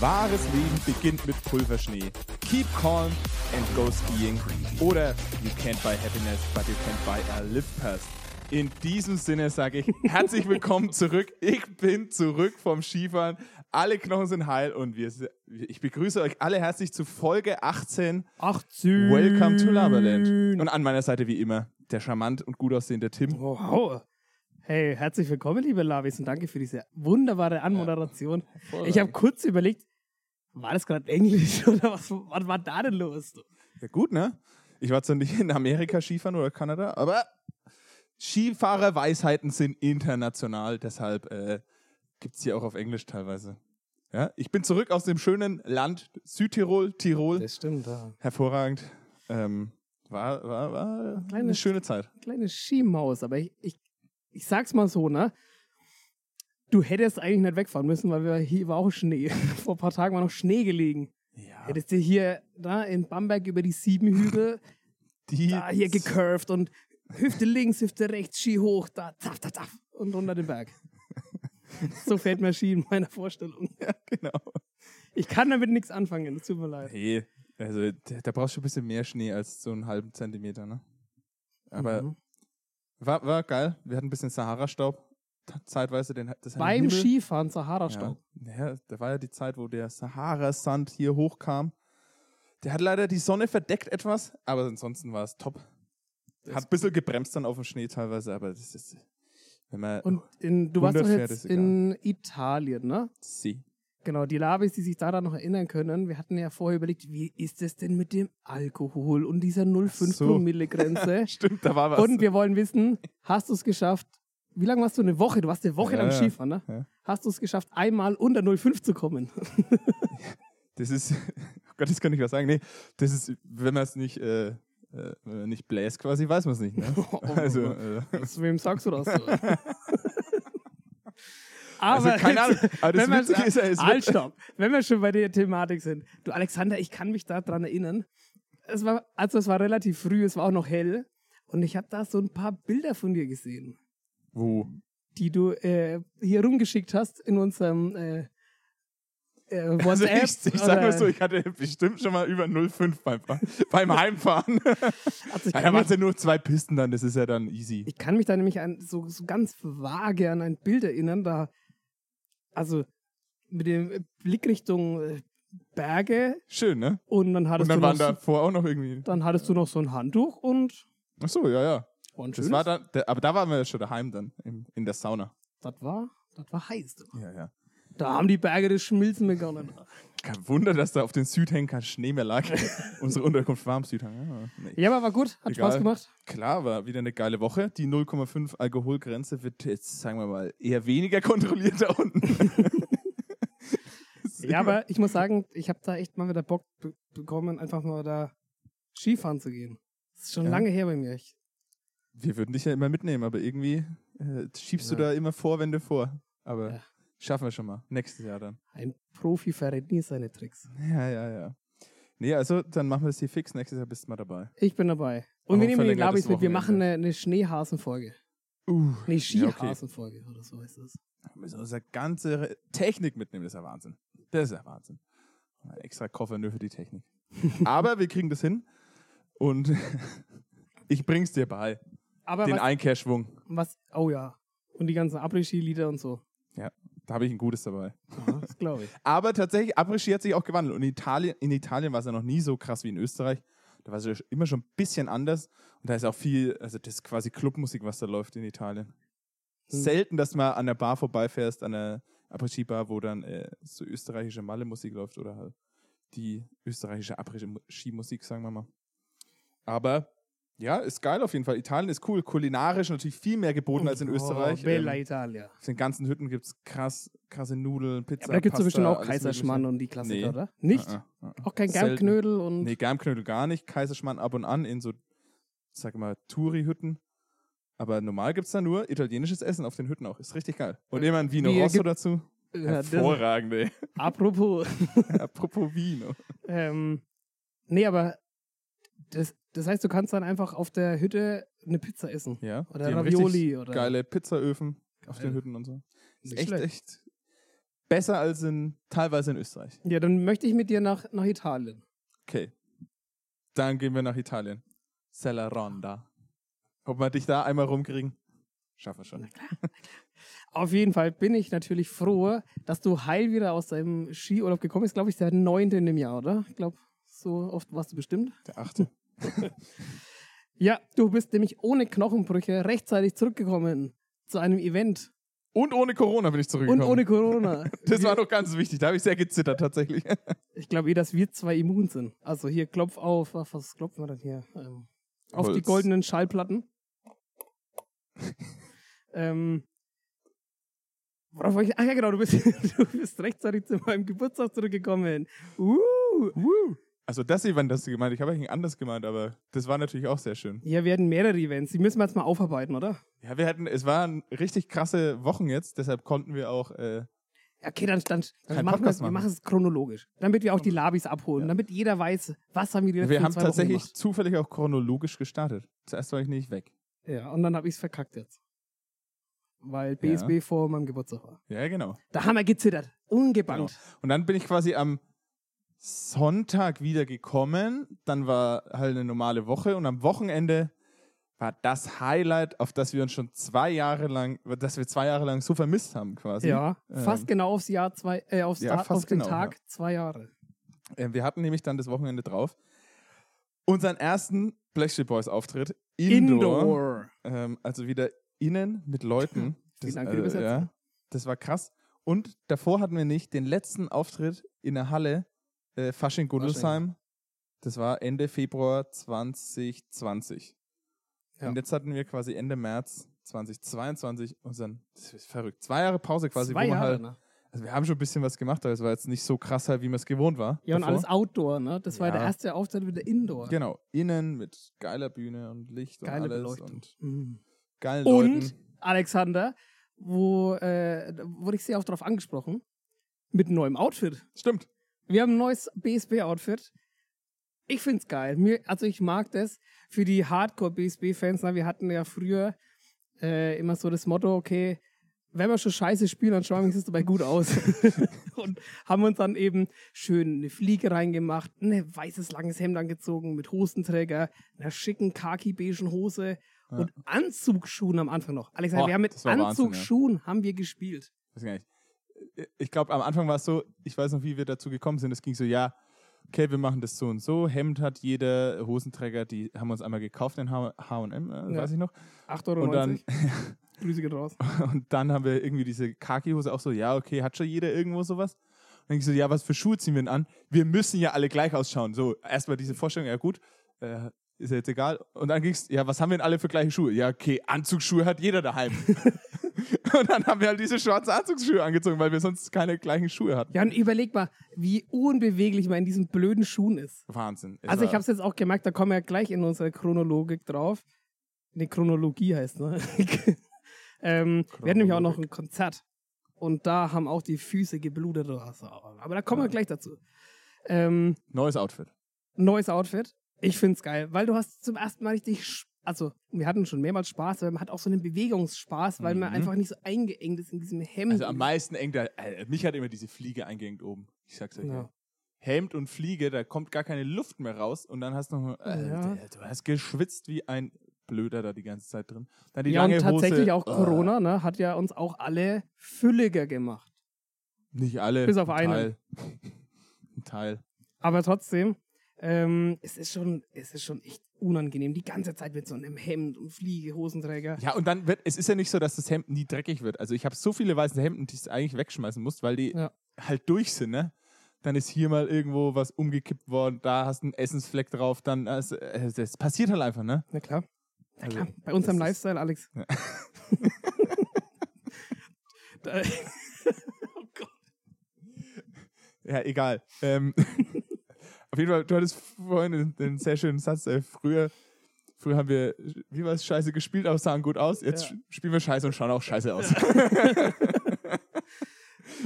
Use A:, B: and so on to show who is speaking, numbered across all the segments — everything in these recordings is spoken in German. A: Wahres Leben beginnt mit Pulverschnee. Keep calm and go skiing. Oder you can't buy happiness, but you can buy a live pass. In diesem Sinne sage ich herzlich willkommen zurück. Ich bin zurück vom Skifahren. Alle Knochen sind heil und wir, ich begrüße euch alle herzlich zu Folge 18.
B: 18.
A: Welcome to Laberland. Und an meiner Seite wie immer der charmant und gut aussehende Tim.
B: Oh, Wow. Hey, herzlich willkommen, liebe Lavis, und danke für diese wunderbare Anmoderation. ich habe kurz überlegt, war das gerade Englisch oder was, was war da denn los?
A: Ja, gut, ne? Ich war zwar nicht in Amerika Skifahren oder Kanada, aber Skifahrerweisheiten sind international, deshalb äh, gibt es hier auch auf Englisch teilweise. Ja, ich bin zurück aus dem schönen Land Südtirol, Tirol.
B: Das stimmt, da.
A: Hervorragend. Ähm, war, war, war eine
B: Kleines-
A: schöne Zeit.
B: Kleine Skimaus, aber ich, ich, ich sag's mal so, ne? Du hättest eigentlich nicht wegfahren müssen, weil wir hier war auch Schnee. Vor ein paar Tagen war noch Schnee gelegen.
A: Ja,
B: Hättest du hier da in Bamberg über die sieben Hügel
A: die
B: da hier gecurved und Hüfte links, Hüfte rechts, Ski hoch, da zaff, zaff, zaff und runter den Berg. So fällt mir Ski in meiner Vorstellung.
A: genau.
B: Ich kann damit nichts anfangen, es tut mir leid.
A: Nee, also da da brauchst du ein bisschen mehr Schnee als so einen halben Zentimeter, ne? Aber
B: Mhm.
A: war, war geil. Wir hatten ein bisschen Sahara-Staub. t- Zeitweise den, das
B: Beim
A: Himmel.
B: Skifahren
A: Ja,
B: Sahara-Staub.
A: genau. ja, da war ja die Zeit, wo der Sahara-Sand hier hochkam. Der hat leider die Sonne verdeckt etwas, aber ansonsten war es top.
B: Das
A: Hat ein bisschen gebremst dann auf dem Schnee teilweise, aber das ist, wenn man
B: Und in, du warst doch
A: Wunderpferd
B: jetzt
A: ist egal.
B: in Italien, ne?
A: sie.
B: Genau, die Labis, die sich daran noch erinnern können, wir hatten ja vorher überlegt, wie ist es denn mit dem Alkohol und dieser 0,5
A: so.
B: Promille-Grenze?
A: Stimmt, da war was.
B: Und wir wollen wissen, hast du es geschafft? Wie lange warst du eine Woche? Du warst eine Woche
A: Ja,
B: lang
A: ja.
B: Skifahren, ne?
A: Ja.
B: Hast du es geschafft, einmal unter 0,5 zu kommen?
A: das ist, oh Gott, das kann ich was sagen. Nee, das ist, wenn man es nicht, äh, äh, wenn man nicht bläst quasi, weiß man es nicht. Ne?
B: Oh,
A: Also, äh,
B: Zu wem sagst du das? So?
A: also
B: Aber
A: keine Ahnung. Aber das
B: wenn man
A: Witzige ist, ja, es
B: halt,
A: wird,
B: stopp. Wenn wir schon bei der Thematik sind. Du, Alexander, ich kann mich daran erinnern. Es war, also es war relativ früh, es war auch noch hell. Und ich habe da so ein paar Bilder von dir gesehen,
A: wo?
B: die du äh, hier rumgeschickt hast in unserem äh, äh, WhatsApp.
A: Also ich, ich sag mal
B: oder-
A: so, ich hatte bestimmt schon mal über 0,5 beim, beim Heimfahren.
B: also ich
A: Ja,
B: kann
A: da
B: mich-
A: waren es ja nur zwei Pisten dann, das ist ja dann easy.
B: Ich kann mich da nämlich an, so, so ganz vage an ein Bild erinnern, da, also mit dem Blick Richtung äh, Berge
A: Schön, ne?
B: und dann
A: Und
B: hattest,
A: dann
B: du,
A: waren
B: noch, so-
A: davor auch noch irgendwie.
B: dann hattest du noch so ein Handtuch und
A: Ach so, ja, ja.
B: war ein
A: Das
B: schönes-
A: war dann, da, aber da waren wir ja schon daheim dann, in, in der Sauna.
B: das war, das war heiß. du.
A: Ja, ja.
B: Da haben die Berge das Schmilzen begonnen.
A: Kein Wunder, dass da auf den Südhängen kein Schnee mehr lag. Unsere Unterkunft war am Südhang. Ja, nee.
B: Ja, aber war gut, hat
A: Egal.
B: Spaß gemacht.
A: Klar, war wieder eine geile Woche. Die 0,5 Alkoholgrenze wird jetzt, sagen wir mal, eher weniger kontrolliert da unten. Genau.
B: Ja, aber ich muss sagen, ich habe da echt mal wieder Bock be bekommen, einfach mal da Skifahren zu gehen. Das ist schon
A: Ja.
B: lange her bei mir. Ich,
A: Wir würden dich ja immer mitnehmen, aber irgendwie äh, schiebst du
B: Ja.
A: da immer Vorwände vor. Aber
B: Ja.
A: schaffen wir schon mal. Nächstes Jahr dann.
B: ein Profi verrät nie seine Tricks.
A: Ja, ja, ja. Nee, also dann machen wir das hier fix. Nächstes Jahr bist du mal dabei.
B: Ich bin dabei. Und
A: Auch
B: wir nehmen die
A: verlängertes
B: Labis mit.
A: Wochenende.
B: Wir machen eine, eine Schneehasenfolge.
A: Uh,
B: Nee,
A: Ja, okay.
B: Skihasenfolge oder so heißt das.
A: wir müssen unsere ganze Re- Technik mitnehmen. Das ist ja Wahnsinn. Das ist ja Wahnsinn. Ein extra Koffer nur für die Technik. Aber wir kriegen das hin. Und ich bring's dir bei.
B: Aber
A: Den
B: was,
A: Einkehrschwung.
B: was, oh ja. Und die ganzen Après-Ski-Lieder und so.
A: Da habe ich ein gutes dabei.
B: Das glaube ich.
A: Aber tatsächlich, Après-Ski hat sich auch gewandelt. Und in Italien, in Italien war es ja noch nie so krass wie in Österreich. Da war es ja immer schon ein bisschen anders. Und da ist auch viel, also das ist quasi Clubmusik, was da läuft in Italien.
B: Hm.
A: Selten, dass man an der Bar vorbeifährst, an der Après-Ski-Bar, wo dann äh, so österreichische Malle-Musik läuft oder halt die österreichische Après-Ski-Musik, sagen wir mal. Aber ja, ist geil auf jeden Fall. Italien ist cool. Kulinarisch natürlich viel mehr geboten als in Österreich.
B: Oh, Bella
A: Ähm,
B: Italia.
A: auf den ganzen Hütten gibt es krass, krasse Nudeln, Pizza.
B: Ja, aber da gibt es
A: Pasta,
B: bestimmt auch
A: alles
B: Kaiserschmarrn
A: Mögliche.
B: und die Klassiker,
A: Nee.
B: oder? Nicht?
A: Ah, ah, ah.
B: Auch kein
A: Selten.
B: Germknödel und.
A: Nee, Germknödel gar nicht. Kaiserschmarrn ab und an in so, sag mal, Touri-Hütten. Aber normal gibt es da nur italienisches Essen auf den Hütten auch. Ist richtig geil. Und immer ein Vino
B: Wie
A: Rosso
B: gibt-
A: dazu.
B: Ja, äh, das,
A: Hervorragend, ey.
B: apropos.
A: Apropos Vino.
B: ähm, nee, aber das, das heißt, du kannst dann einfach auf der Hütte eine Pizza essen.
A: Ja.
B: Oder
A: die haben
B: Ravioli
A: richtig
B: oder-
A: Geile Pizzaöfen auf
B: Geil.
A: den Hütten und so. Ist
B: Nicht
A: echt,
B: schlecht.
A: echt. Besser als in teilweise in Österreich.
B: Ja, dann möchte ich mit dir nach, nach Italien.
A: Okay. Dann gehen wir nach Italien. Sella Ronda. Ob wir dich da einmal rumkriegen? Schaffen wir schon.
B: Auf jeden Fall bin ich natürlich froh, dass du heil wieder aus deinem Skiurlaub gekommen bist. Glaube ich, der neunte in dem Jahr, oder? Ich glaube, so oft warst du bestimmt.
A: Der achte.
B: Ja, du bist nämlich ohne Knochenbrüche rechtzeitig zurückgekommen zu einem Event
A: Und ohne Corona bin ich
B: und
A: zurückgekommen.
B: ohne Corona.
A: das
B: wir,
A: war doch ganz wichtig. Da habe ich sehr gezittert tatsächlich.
B: ich glaube eh, dass wir zwei immun sind. Also hier klopf auf, auf was klopfen wir denn hier? Ähm, auf die
A: Holz.
B: goldenen Schallplatten. ähm, worauf war ich? Ach ja, genau, du bist, du bist rechtzeitig zu meinem Geburtstag zurückgekommen. Uh!
A: Also das Event hast du gemeint. Ich habe eigentlich anders gemeint, aber das war natürlich auch sehr schön.
B: Hier werden mehrere Events. Die müssen wir jetzt mal aufarbeiten, oder?
A: Ja, wir hatten, es waren richtig krasse Wochen jetzt, deshalb konnten wir auch äh,
B: Okay, dann, dann, dann
A: Keinen
B: machen wir,
A: Podcast
B: wir
A: machen.
B: machen es chronologisch. Damit wir auch die Labis abholen, damit jeder weiß, was haben wir die letzten
A: Wir haben
B: zwei
A: tatsächlich
B: Wochen
A: zufällig auch chronologisch gestartet. Zuerst war ich nicht weg.
B: gemacht. Ja, und dann habe ich es verkackt jetzt. Weil BSB vor meinem Geburtstag war.
A: Ja, genau.
B: Da haben wir gezittert. Ungebannt.
A: Und dann bin ich quasi am Sonntag wieder gekommen. Dann war halt eine normale Woche und am Wochenende war das Highlight, auf das wir uns schon zwei Jahre lang, dass wir zwei Jahre lang so vermisst haben quasi.
B: Ja, fast
A: Ähm.
B: genau aufs Jahr zwei, äh, aufs
A: Ja,
B: Ta-
A: fast
B: auf den
A: genau,
B: Tag
A: ja.
B: zwei Jahre.
A: Äh, wir hatten nämlich dann das Wochenende drauf unseren ersten Blackstreet Boys Auftritt Ähm, also wieder innen mit Leuten.
B: Vielen Dank für die
A: also,
B: Übersetzung.
A: ja, das war krass. Und davor hatten wir nicht den letzten Auftritt in der Halle äh, Fasching Gundelsheim. Das war Ende Februar 2020.
B: Ja.
A: Und jetzt hatten wir quasi Ende März 2022 unseren, das ist verrückt, zwei Jahre Pause quasi.
B: zwei
A: wo man
B: Jahre,
A: halt,
B: ne?
A: also wir haben schon ein bisschen was gemacht, aber es war jetzt nicht so krass halt, wie man es gewohnt war.
B: Ja, und
A: davor.
B: alles Outdoor, ne? Das war
A: Ja.
B: der erste Auftritt wieder Indoor.
A: Genau, innen mit geiler Bühne und Licht und
B: Geile
A: alles
B: Beleuchtung.
A: und
B: Mhm.
A: geilen Leuten.
B: Und Alexander, wo äh, da wurde ich sehr oft darauf angesprochen, mit einem neuem Outfit.
A: Stimmt.
B: Wir haben ein neues BSB-Outfit. Ich find's geil. Mir, also ich mag das. Für die Hardcore-BSB-Fans, na, ne, wir hatten ja früher äh, immer so das Motto, okay, wenn wir schon scheiße spielen, dann schauen wir wenigstens dabei gut aus. und haben uns dann eben schön eine Fliege reingemacht, ein weißes langes Hemd angezogen mit Hosenträger, einer schicken khaki-beigen Hose und Anzugsschuhen am Anfang noch. Alexander,
A: Oh,
B: wir haben mit
A: das war Wahnsinn,
B: Anzugsschuhen haben wir gespielt.
A: weiß gar nicht. Äh, Ich glaube, am Anfang war es so, ich weiß noch, wie wir dazu gekommen sind. Es ging so, ja, okay, wir machen das so und so. Hemd hat jeder, Hosenträger, die haben wir uns einmal gekauft in H- H&M, äh,
B: Ja.
A: weiß ich noch.
B: 8,90 Euro.
A: Und dann,
B: Grüße geht raus.
A: und dann haben wir irgendwie diese Khaki-Hose auch so, ja, okay, hat schon jeder irgendwo sowas? Und dann ich so, ja, was für Schuhe ziehen wir denn an? Wir müssen ja alle gleich ausschauen. So, erstmal diese Vorstellung, ja gut, äh, ist ja jetzt egal. Und dann ging's, ja, was haben wir denn alle für gleiche Schuhe? Ja, okay, Anzugsschuhe hat jeder daheim. und dann haben wir halt diese schwarzen Anzugsschuhe angezogen, weil wir sonst keine gleichen Schuhe hatten.
B: Ja, und überleg mal, wie unbeweglich man in diesen blöden Schuhen ist.
A: Wahnsinn. Es
B: also ich
A: war-
B: habe es jetzt auch gemerkt, da kommen wir gleich in unsere Chronologik drauf. Ne, Chronologie heißt, ne? ähm, wir hatten nämlich auch noch ein Konzert. Und da haben auch die Füße geblutet. oder so. Aber da kommen wir
A: Ja.
B: gleich dazu. Ähm,
A: neues Outfit.
B: neues Outfit. Ich find's geil, weil du hast zum ersten Mal richtig, Sch- also wir hatten schon mehrmals Spaß, aber man hat auch so einen Bewegungsspaß, weil man
A: Mhm.
B: einfach nicht so eingeengt ist in diesem Hemd.
A: Also am meisten eng da, äh, mich hat immer diese Fliege eingehängt oben. Ich sag's euch.
B: Ja.
A: Ja. Hemd und Fliege, da kommt gar keine Luft mehr raus und dann hast du noch, äh,
B: Ja.
A: du hast geschwitzt wie ein Blöder da die ganze Zeit drin. Dann die
B: ja,
A: lange
B: und tatsächlich
A: Hose,
B: auch
A: äh,
B: Corona ne, hat ja uns auch alle fülliger gemacht.
A: Nicht alle.
B: Bis auf
A: ein
B: einen.
A: Teil. ein Teil.
B: Aber trotzdem, ähm, es, ist schon, es ist schon echt unangenehm, die ganze Zeit mit so einem Hemd und Fliege, Hosenträger.
A: Ja, und dann wird, es ist ja nicht so, dass das Hemd nie dreckig wird. Also ich habe so viele weiße Hemden, die ich eigentlich wegschmeißen muss, weil die
B: Ja.
A: halt durch sind, ne? Dann ist hier mal irgendwo was umgekippt worden, da hast du einen Essensfleck drauf, dann, also, äh, das passiert halt einfach, ne?
B: Na klar. Na
A: Also,
B: klar, bei unserem
A: das ist-
B: Lifestyle, Alex.
A: Ja.
B: Da- oh Gott.
A: Ja, egal. Ähm, auf jeden Fall, du hattest vorhin einen, einen sehr schönen Satz. Äh, früher, früher haben wir, wie war es, scheiße gespielt, aber sahen gut aus. Jetzt
B: Ja.
A: sch- spielen wir scheiße und schauen auch scheiße aus.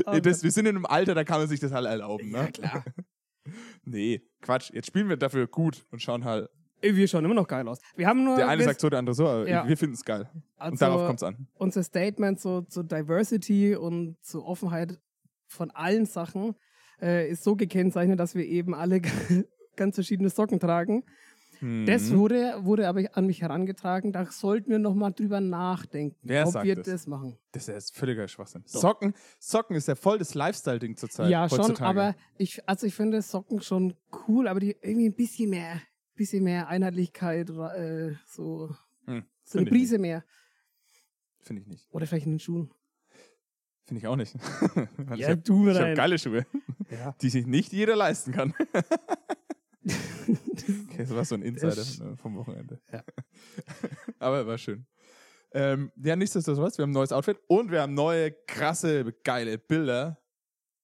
B: Oh
A: das, wir sind in einem Alter, da kann man sich das halt erlauben.
B: Ja,
A: Ne?
B: klar.
A: Nee, Quatsch. Jetzt spielen wir dafür gut und schauen halt.
B: Ey, Wir schauen immer noch geil aus. Wir haben nur
A: Der eine
B: wir-
A: sagt so, der andere so, aber
B: Ja.
A: wir finden es geil.
B: also
A: und darauf kommt es an.
B: unser Statement so, zu Diversity und zu Offenheit von allen Sachen äh, ist so gekennzeichnet, dass wir eben alle ganz verschiedene Socken tragen. Das
A: Mhm. Hm.
B: wurde, wurde aber an mich herangetragen. Da sollten wir nochmal drüber nachdenken,
A: Wer
B: ob
A: sagt
B: wir
A: das?
B: das, machen.
A: Das ist völliger Schwachsinn. Socken, Socken ist ja voll das Lifestyle-Ding zurzeit.
B: ja,
A: heutzutage.
B: schon, aber ich, also ich finde Socken schon cool, aber die irgendwie ein bisschen mehr, bisschen mehr Einheitlichkeit, äh, so,
A: Hm,
B: so eine
A: Finde ich
B: Prise mehr.
A: Finde ich nicht.
B: Oder vielleicht in den Schuhen.
A: Finde ich auch nicht. Weil Also ich habe
B: du mit
A: hab geile Schuhe, die sich nicht jeder leisten kann. Okay, das war so ein Insider
B: Das-
A: ne, vom Wochenende.
B: Ja.
A: Aber war schön. Ähm, ja, nichtsdestotrotz, wir haben ein neues Outfit und wir haben neue, krasse, geile Bilder,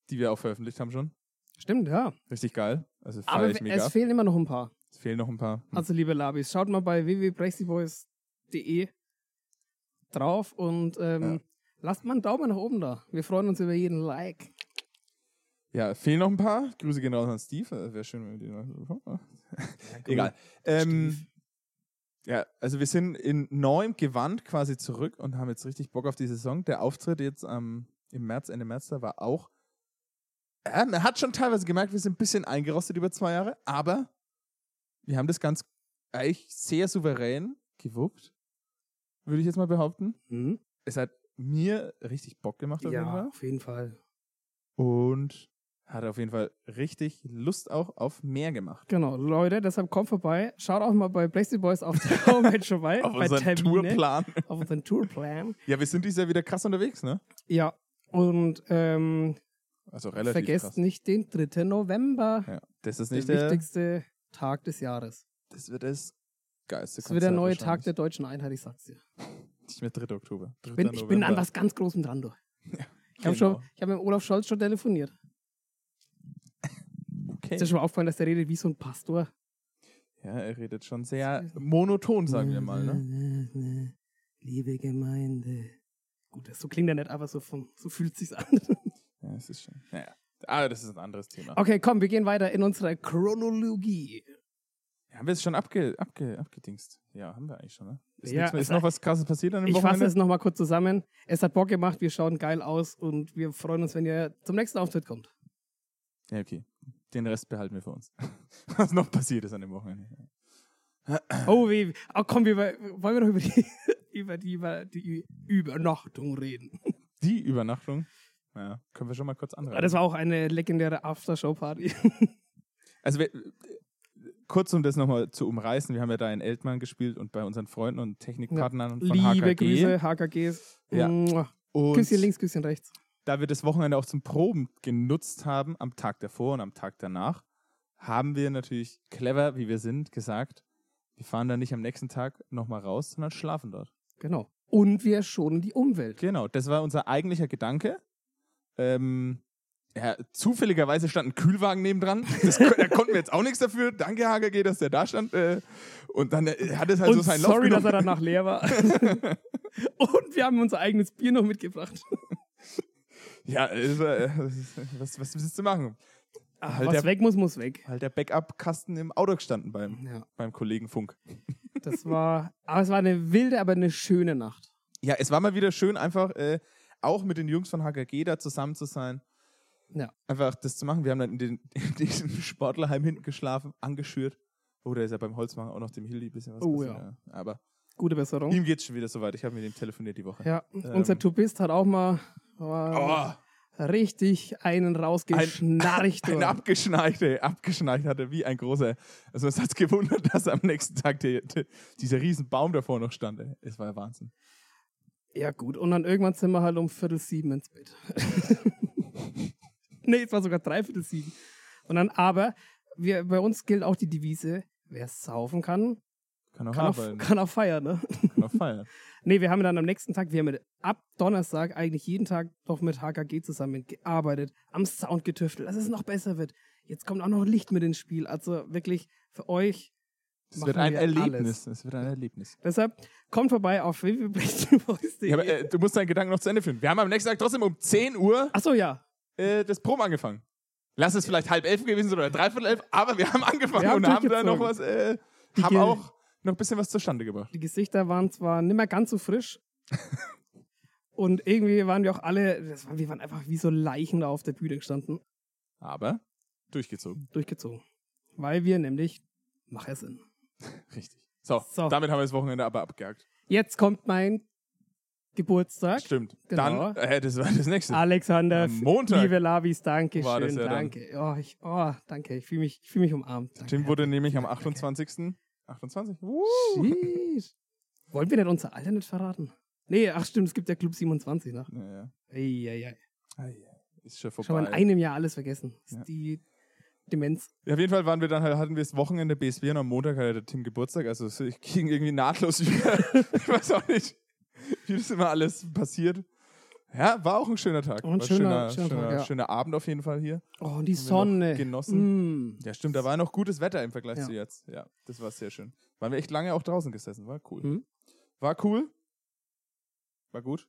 A: die wir auch veröffentlicht haben schon.
B: Stimmt, ja.
A: Richtig geil. Also feiere
B: Aber
A: ich mega.
B: es
A: ab.
B: fehlen immer noch ein paar.
A: Es fehlen noch ein paar. Hm.
B: Also, liebe Labis, schaut mal bei www.brexyboys.de drauf und ähm,
A: Ja.
B: lasst mal einen Daumen nach oben da. Wir freuen uns über jeden Like.
A: Ja, fehlen noch ein paar. Grüße gehen raus an Steve. Äh, Wäre schön, wenn wir den noch bekommen. Egal. Ähm, ja, also wir sind in neuem Gewand quasi zurück und haben jetzt richtig Bock auf die Saison. Der Auftritt jetzt am im März, Ende März, da war auch. Ja, man hat schon teilweise gemerkt, wir sind ein bisschen eingerostet über zwei Jahre, aber wir haben das ganz eigentlich sehr souverän gewuppt, würde ich jetzt mal behaupten.
B: Hm?
A: Es hat mir richtig Bock gemacht auf jeden Fall.
B: auf jeden Fall.
A: Und hat auf jeden Fall richtig Lust auch auf mehr gemacht.
B: Genau, Leute, deshalb kommt vorbei. Schaut auch mal bei Blazy Boys auf der Homepage vorbei.
A: Auf
B: bei
A: unseren
B: Termine,
A: Tourplan.
B: Auf unseren Tourplan.
A: Ja, wir sind dieses Jahr wieder krass unterwegs, ne?
B: Ja, und ähm,
A: Also relativ
B: vergesst
A: krass.
B: nicht den 3. November.
A: Ja. Das ist
B: Der
A: nicht der,
B: wichtigste Tag des Jahres.
A: das wird das geilste
B: Das wird der
A: Konzert
B: neue Tag der
A: wahrscheinlich.
B: deutschen Einheit, ich sag's dir.
A: Nicht mehr 3. Oktober. 3.
B: Bin, ich bin an
A: November.
B: was ganz Großem dran, du. Ich habe
A: Genau.
B: schon, ich hab mit Olaf Scholz schon telefoniert.
A: Okay.
B: Ist dir schon mal aufgefallen, dass der redet wie so ein Pastor?
A: Ja, er redet schon sehr monoton, sagen wir mal, ne?
B: ne? Liebe Gemeinde. Gut, das so klingt er nicht, aber so, vom, so fühlt sich's an.
A: Ja, das ist schön. Naja. Aber das ist ein anderes Thema.
B: Okay, komm, wir gehen weiter in unserer Chronologie.
A: Ja, haben wir es schon abge, abge, abgedingst? Ja, haben wir eigentlich schon, ne? Ist,
B: Ja,
A: nichts mehr, ist
B: also-
A: noch was krasses passiert an dem
B: Ich fasse
A: Wochenende?
B: es nochmal kurz zusammen. Es hat Bock gemacht, wir schauen geil aus und wir freuen uns, wenn ihr zum nächsten Auftritt kommt.
A: Ja, okay. Den Rest behalten wir für uns. was noch passiert ist an dem Wochenende.
B: Oh, wie, oh komm, wir, über- wollen wir noch über die, über die, über die Übernachtung reden.
A: Die Übernachtung, ja, können wir schon mal kurz anreißen.
B: Das war auch eine legendäre Aftershow-Party.
A: Also wir, kurz um das nochmal zu umreißen, wir haben ja da in Eltmann gespielt und bei unseren Freunden und Technikpartnern von
B: Liebe
A: HKG.
B: Grüße, HKGs.
A: Ja.
B: Mua. Küsschen
A: Und
B: links, Küsschen rechts.
A: da wir das Wochenende auch zum Proben genutzt haben, am Tag davor und am Tag danach, haben wir natürlich clever, wie wir sind, gesagt, wir fahren da nicht am nächsten Tag nochmal raus, sondern schlafen dort.
B: Genau. Und wir schonen die Umwelt.
A: Genau, das war unser eigentlicher Gedanke. Ähm, ja, zufälligerweise stand ein Kühlwagen nebendran. Das, kon- da konnten wir jetzt auch nichts dafür. Danke, HGG, dass der da stand. Äh, und dann äh, hat es halt so
B: und
A: seinen Lauf
B: sorry,
A: genommen.
B: dass er danach leer war. und wir haben unser eigenes Bier noch mitgebracht.
A: Ja, es war, äh, was, was willst du machen?
B: Ach,
A: Halt
B: was
A: der-
B: weg muss, muss weg.
A: Halt der Backup-Kasten im Auto gestanden beim,
B: Ja,
A: beim Kollegen Funk.
B: das war, aber es war eine wilde, aber eine schöne Nacht.
A: Ja, es war mal wieder schön, einfach äh, auch mit den Jungs von HKG da zusammen zu sein.
B: Ja.
A: Einfach das zu machen. Wir haben dann in, den, in diesem Sportlerheim hinten geschlafen, angeschürt. Oh, da ist ja beim Holzmachen auch noch dem Hildi ein bisschen was
B: Oh,
A: passiert,
B: ja.
A: Aber
B: Gute Besserung.
A: ihm geht's schon wieder soweit. Ich habe mit ihm telefoniert die Woche.
B: Ja, unser Tubist hat auch mal
A: Ähm.
B: war
A: Oh,
B: richtig einen rausgeschnarcht.
A: ein
B: du.
A: abgeschnarcht, ey, abgeschnarcht hatte, wie ein großer. Also es hat gewundert, dass am nächsten Tag der, der, dieser riesen Baum davor noch stand. Ey. Es war Wahnsinn.
B: ja, gut. Und dann irgendwann sind wir halt um Viertel sieben ins Bett. nee, es war sogar dreiviertel sieben. Und dann aber, wir, bei uns gilt auch die Devise, wer saufen kann,
A: Kann auch
B: kann auch,
A: arbeiten,
B: kann auch feiern. Ne?
A: kann auch feiern.
B: Nee, wir haben dann am nächsten Tag, wir haben ab Donnerstag eigentlich jeden Tag noch mit HKG zusammen gearbeitet, am Sound getüftelt, dass es noch besser wird. Jetzt kommt auch noch Licht mit ins Spiel. Also wirklich für euch
A: Es
B: Machen
A: wird ein
B: wir
A: Erlebnis. Es wird ein Erlebnis.
B: Deshalb kommt vorbei auf www.blechtenboys.de.
A: Ja, aber, äh, du musst deinen Gedanken noch zu Ende führen. Wir haben am nächsten Tag trotzdem um 10 Uhr
B: Achso, ja.
A: äh, das Proben angefangen. Lass es vielleicht halb elf gewesen sein oder dreiviertel elf, aber wir haben angefangen
B: Wir haben
A: und haben da
B: durchgezogen.
A: noch was, äh,
B: Die
A: haben
B: Gil-
A: auch noch ein bisschen was zustande gebracht.
B: Die Gesichter waren zwar nicht mehr ganz so frisch, Und irgendwie waren wir auch alle, das waren, wir waren einfach wie so Leichen da auf der Bühne gestanden,
A: Aber durchgezogen.
B: durchgezogen. Weil wir nämlich Macher sind.
A: Richtig. So,
B: So.
A: damit haben wir das Wochenende aber abgehakt.
B: Jetzt kommt mein Geburtstag.
A: Stimmt.
B: Genau. Ah,
A: Dann, äh, das war das nächste.
B: Alexander,
A: Am Montag
B: liebe Lavis, danke
A: war das
B: schön,
A: ja dann.
B: danke. Oh, ich, oh, danke, ich fühle mich, ich fühl mich umarmt. Danke.
A: Tim wurde nämlich am 28. 28? Uh,
B: Sheesh. Wollen wir denn unser Alter nicht verraten? Nee, ach stimmt, es gibt ja Club 27 nach.
A: naja.
B: Eieiei.
A: Ist schon
B: Schon mal in
A: vorbei.
B: einem Jahr alles vergessen. Das ist
A: Ja.
B: Die Demenz.
A: Ja, auf jeden Fall waren wir dann halt, hatten wir das Wochenende BSW und am Montag hatte der Tim Geburtstag. Also es ging irgendwie nahtlos wieder. ich weiß auch nicht, wie das immer alles passiert. Ja, war auch ein schöner Tag.
B: Ein
A: War
B: schöner-
A: schöner,
B: schöner Tag, ja.
A: schöner Abend auf jeden Fall hier.
B: Oh, und die
A: noch
B: Sonne.
A: genossen.
B: Mm.
A: Ja, stimmt, da war noch gutes Wetter im Vergleich
B: Ja.
A: zu jetzt. Ja, das war sehr schön. Waren wir echt lange auch draußen gesessen, war cool.
B: Mhm.
A: War cool. War gut.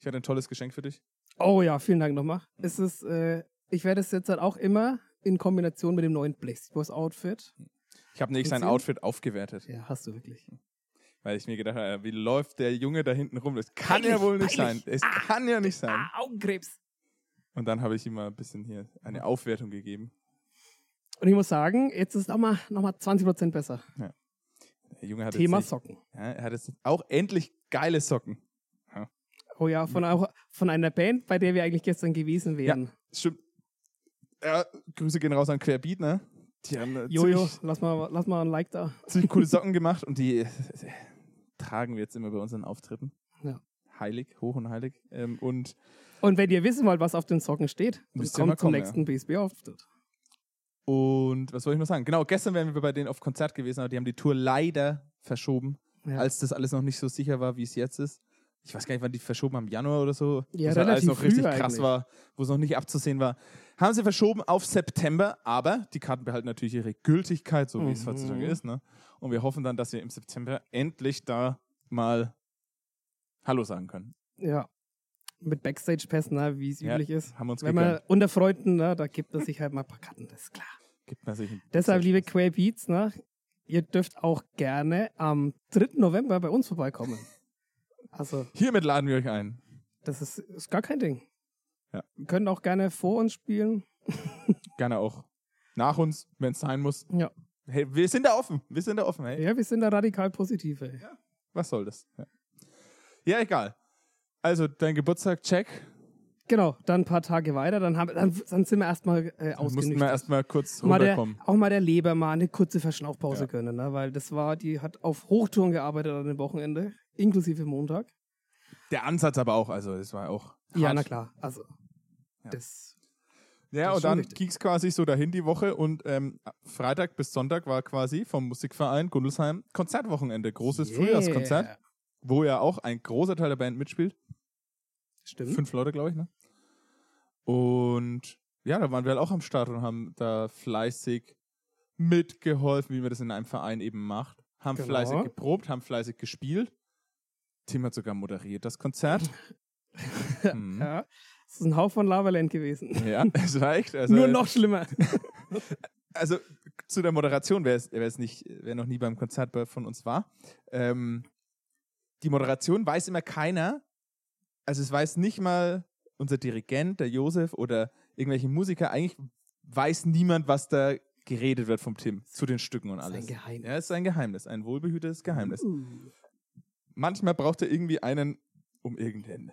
A: Ich hatte ein tolles Geschenk für dich.
B: Oh ja, vielen Dank nochmal. Es ist, äh, ich werde es jetzt halt auch immer in Kombination mit dem neuen Blackboys Outfit.
A: Ich habe nämlich sein
B: Erzähl.
A: Outfit aufgewertet,
B: Ja, hast du wirklich.
A: weil ich mir gedacht habe, wie läuft der Junge da hinten rum? Das kann ja
B: Peinlich,
A: wohl nicht sein.
B: peinlich.
A: Es kann ja nicht sein.
B: Ah, Augenkrebs.
A: Und dann habe ich ihm mal ein bisschen hier eine Aufwertung gegeben.
B: Und ich muss sagen, jetzt ist es nochmal noch mal 20% besser.
A: Der Junge hat
B: Thema
A: jetzt, nicht-
B: Socken.
A: ja, er hat jetzt auch endlich geile Socken.
B: Oh ja, von, auch, von einer Band, bei der wir eigentlich gestern gewesen wären.
A: Stimmt. Ja, Grüße gehen raus an Querbeat, ne? Die haben äh,
B: Jojo,
A: ziemlich-
B: lass mal, lass mal ein Like da.
A: ziemlich coole Socken gemacht und die äh, tragen wir jetzt immer bei unseren Auftritten.
B: Ja.
A: Heilig, hoch und heilig. Ähm, und
B: Und wenn ihr wissen wollt, was auf den Socken steht, dann
A: Müsst ihr mal
B: kommt zum
A: kommen,
B: nächsten BSB-Auftritt.
A: Und was wollte ich noch sagen? Genau, gestern wären wir bei denen auf Konzert gewesen, aber die haben die Tour leider verschoben,
B: Ja.
A: als das alles noch nicht so sicher war, wie es jetzt ist. Ich weiß gar nicht, wann die verschoben haben, Januar oder so,
B: Ja,
A: wo es halt alles
B: relativ
A: noch richtig
B: früh
A: krass
B: eigentlich.
A: war, wo es noch nicht abzusehen war. Haben sie verschoben auf September, aber die Karten behalten natürlich ihre Gültigkeit, so wie es
B: Mhm.
A: heutzutage ist. Ne? Und wir hoffen dann, dass wir im September endlich da mal Hallo sagen können.
B: ja. Mit Backstage-Pässen, ne, wie es
A: Ja,
B: üblich ist.
A: Haben uns
B: Wenn
A: gegönnt.
B: man unter Freunden, ne, da gibt es sich halt mal ein paar Karten, das ist klar.
A: Gibt man sich einen Backstage-
B: Deshalb, liebe Quay Beats, ne, ihr dürft auch gerne am 3. November bei uns vorbeikommen. Also,
A: Hiermit laden wir euch ein.
B: das ist, ist gar kein Ding.
A: Ja.
B: Wir können auch gerne vor uns spielen.
A: Gerne auch nach uns, wenn es sein muss.
B: Ja.
A: Hey, wir sind da offen. Wir sind da offen. Hey,
B: Ja, wir sind da radikal positiv. Ey.
A: was soll das? Ja. ja, egal. Also, dein Geburtstag, check.
B: Genau, dann ein paar Tage weiter, dann, haben, dann, dann sind wir erstmal äh,
A: Da Mussten wir
B: ausgenüchtert.
A: erstmal kurz
B: Mal der,
A: runterkommen.
B: auch mal der Leber mal eine kurze Verschnaufpause
A: Ja.
B: gönnen, ne? weil das war, die hat auf Hochtouren gearbeitet an dem Wochenende, inklusive Montag.
A: Der, Ansatz aber auch. Also, das war auch.
B: Ja,
A: hart.
B: na klar. Also,
A: Ja. Ja,
B: das. Das
A: und
B: ist schon
A: dann
B: richtig.
A: ging es quasi so dahin die Woche. Und ähm, Freitag bis Sonntag war quasi vom Musikverein Gundelsheim Konzertwochenende. Großes
B: Yeah.
A: Frühjahrskonzert, wo ja auch ein großer Teil der Band mitspielt.
B: Stimmt.
A: Fünf Leute, glaube ich, ne? Und ja, da waren wir halt auch am Start und haben da fleißig mitgeholfen, wie man das in einem Verein eben macht. Haben
B: Genau.
A: fleißig geprobt, haben fleißig gespielt. Tim hat sogar moderiert das Konzert. mhm.
B: Ja. Es ist ein Hauch von Lavaland gewesen.
A: Ja, es war echt. Also,
B: Nur noch schlimmer.
A: Also zu der Moderation, wer es, wer es nicht, wer noch nie beim Konzert bei- von uns war, ähm, die Moderation weiß immer keiner. Also es weiß nicht mal unser Dirigent, der Josef oder irgendwelche Musiker. Eigentlich weiß niemand, was da geredet wird vom Tim zu den Stücken und
B: Das ist
A: alles.
B: ein Geheimnis.
A: Ja, es ist ein Geheimnis, ein wohlbehütetes Geheimnis.
B: Uh.
A: Manchmal braucht er irgendwie einen, um irgendein,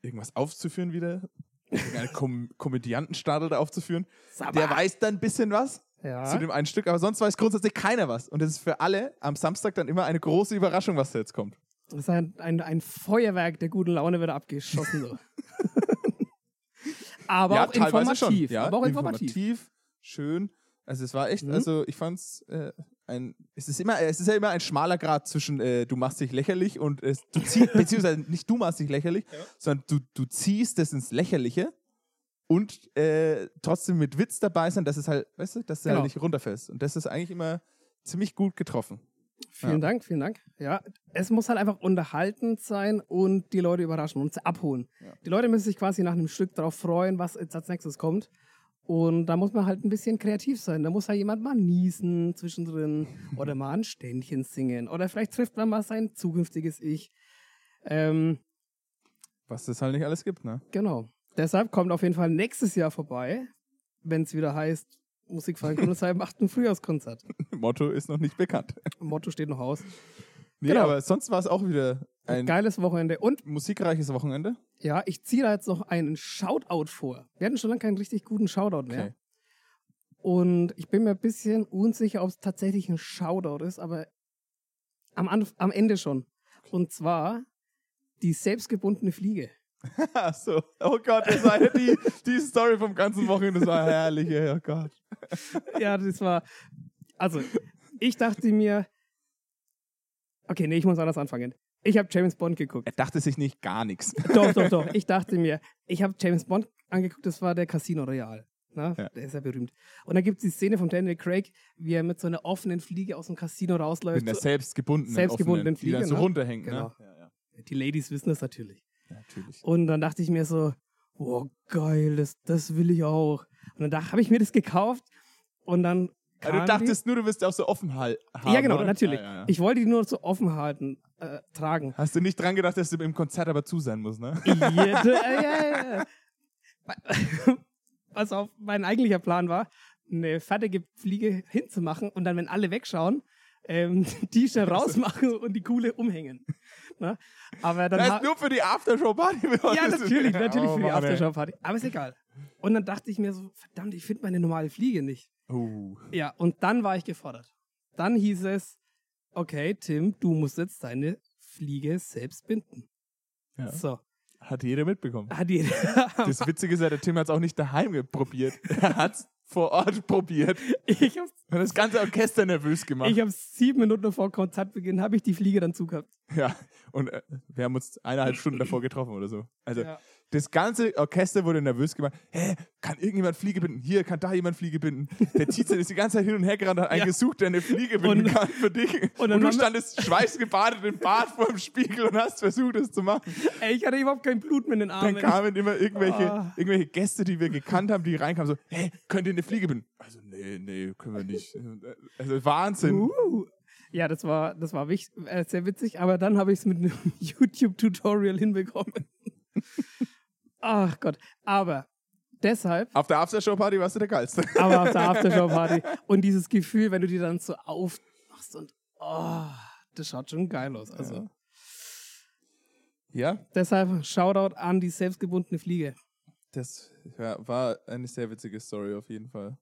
A: irgendwas aufzuführen wieder, irgendeinen Kom Komödiantenstadel da aufzuführen.
B: Sabba.
A: Der weiß dann ein bisschen was zu
B: ja.
A: dem einen Stück, aber sonst weiß grundsätzlich keiner was. Und es ist für alle am Samstag dann immer eine große Überraschung, was da jetzt kommt.
B: Das ist ein, ein, ein Feuerwerk der guten Laune wird abgeschossen. So. aber, auch informativ,
A: Ja,
B: aber auch
A: informativ.
B: informativ.
A: schön. Also es war echt,
B: Mhm.
A: also ich fand's äh, ein, es ist immer, es ist ja immer ein schmaler Grad zwischen äh, du machst dich lächerlich und es, du ziehst, beziehungsweise nicht du machst dich lächerlich, sondern du, du ziehst es ins Lächerliche und äh, trotzdem mit Witz dabei sein, dass es halt, weißt du, dass es
B: Genau.
A: halt nicht runterfällst. Und das ist eigentlich immer ziemlich gut getroffen.
B: Vielen
A: Ja.
B: Dank, vielen Dank. Ja, es muss halt einfach unterhaltend sein und die Leute überraschen und sie abholen.
A: Ja.
B: Die Leute müssen sich quasi nach einem Stück darauf freuen, was jetzt als nächstes kommt. Und da muss man halt ein bisschen kreativ sein. Da muss halt jemand mal niesen zwischendrin oder mal ein Ständchen singen oder vielleicht trifft man mal sein zukünftiges Ich. Ähm,
A: Was es halt nicht alles gibt, ne?
B: Genau. Deshalb kommt auf jeden Fall nächstes Jahr vorbei, wenn es wieder heißt, Musikverein Gründesheim macht ein Frühjahrskonzert.
A: Motto ist noch nicht bekannt.
B: Motto steht noch aus.
A: Nee,
B: Genau.
A: aber sonst war es auch wieder ein
B: Geiles Wochenende. Und
A: musikreiches Wochenende.
B: ja, ich ziehe da jetzt noch einen Shoutout vor. Wir hatten schon lange keinen richtig guten Shoutout mehr.
A: Okay.
B: Und ich bin mir ein bisschen unsicher, ob es tatsächlich ein Shoutout ist, aber am, Anf am Ende schon. Und zwar die selbstgebundene Fliege.
A: Ach so. Oh Gott, das war ja die, die Story vom ganzen Wochenende. Das war herrlich, ey, oh Gott.
B: ja, das war. Also, ich dachte mir. Okay, nee, ich muss anders anfangen. Ich habe James Bond geguckt.
A: Er dachte sich nicht gar nichts.
B: Doch, doch, doch. Ich dachte mir, ich habe James Bond angeguckt, das war der Casino Royale. Na,
A: Ja.
B: Der ist ja berühmt. Und dann gibt es die Szene von Daniel Craig, wie er mit so einer offenen Fliege aus dem Casino rausläuft.
A: Mit einer selbstgebundenen,
B: Äh, Selbstgebundenen
A: offenen, die dann
B: Fliege,
A: so
B: ne?
A: runterhängt.
B: Genau.
A: Ne? Ja, ja.
B: die Ladies wissen das natürlich.
A: ja, natürlich.
B: Und dann dachte ich mir so, oh geil, das, das will ich auch. Und dann habe ich mir das gekauft und dann.
A: Also, du
B: kam die-
A: dachtest nur, du wirst auch so offen hal- haben.
B: Ja, genau,
A: oder?
B: natürlich.
A: Ja, ja, ja.
B: Ich wollte die nur so offen halten, äh, tragen.
A: Hast du nicht dran gedacht, dass du im Konzert aber zu sein musst, ne?
B: Jede, äh, ja, ja, ja. Was auf mein eigentlicher Plan war, eine fertige Fliege hinzumachen und dann, wenn alle wegschauen, ähm, die schnell rausmachen und die Kuhle umhängen. Na? Aber dann
A: Das
B: ha-
A: heißt, nur für die Aftershow-Party.
B: Ja, natürlich, natürlich
A: Oh,
B: für
A: Mann,
B: die
A: ey.
B: Aftershow-Party. Aber ist egal. Und dann dachte ich mir so, verdammt, ich finde meine normale Fliege nicht.
A: Uh,
B: Ja, und dann war ich gefordert. Dann hieß es, okay, Tim, du musst jetzt deine Fliege selbst binden.
A: Ja.
B: So.
A: hat jeder mitbekommen.
B: Hat die,
A: Das Witzige ist ja, der Tim hat es auch nicht daheim ge- probiert. Er hat es vor Ort probiert.
B: ich habe
A: Und das ganze Orchester nervös gemacht.
B: ich hab sieben Minuten vor Konzertbeginn, habe ich die Fliege dann zugehabt.
A: ja. Und äh, wir haben uns eineinhalb Stunden davor getroffen oder so. Also
B: Ja.
A: das ganze Orchester wurde nervös gemacht. Hä, kann irgendjemand Fliege binden? Hier, kann da jemand Fliege binden? Der Tizen ist die ganze Zeit hin und her gerannt, hat einen
B: Ja.
A: gesucht, der eine Fliege binden
B: Und-
A: kann für dich.
B: und
A: Und,
B: dann
A: du
B: haben wir-
A: standest schweißgebadet im Bad vor dem Spiegel und hast versucht, es zu machen.
B: Ey, ich hatte überhaupt kein Blut mehr in den
A: Dann
B: Armen.
A: kamen immer irgendwelche,
B: Ah.
A: irgendwelche Gäste, die wir gekannt haben, die reinkamen, so, hä, könnt ihr eine Fliege binden? Also, nee, nee, können wir nicht. Also, Wahnsinn.
B: Uh. Ja, das war, das war wich- äh, sehr witzig, aber dann habe ich es mit einem YouTube-Tutorial hinbekommen. Ach Gott. Aber deshalb,
A: Auf der Aftershow-Party warst du der Geilste.
B: aber auf der Aftershow-Party und dieses Gefühl, wenn du die dann so aufmachst und oh, das schaut schon geil aus. Also
A: Ja. Ja,
B: deshalb Shoutout an die selbstgebundene Fliege.
A: das ja, war eine sehr witzige Story auf jeden Fall.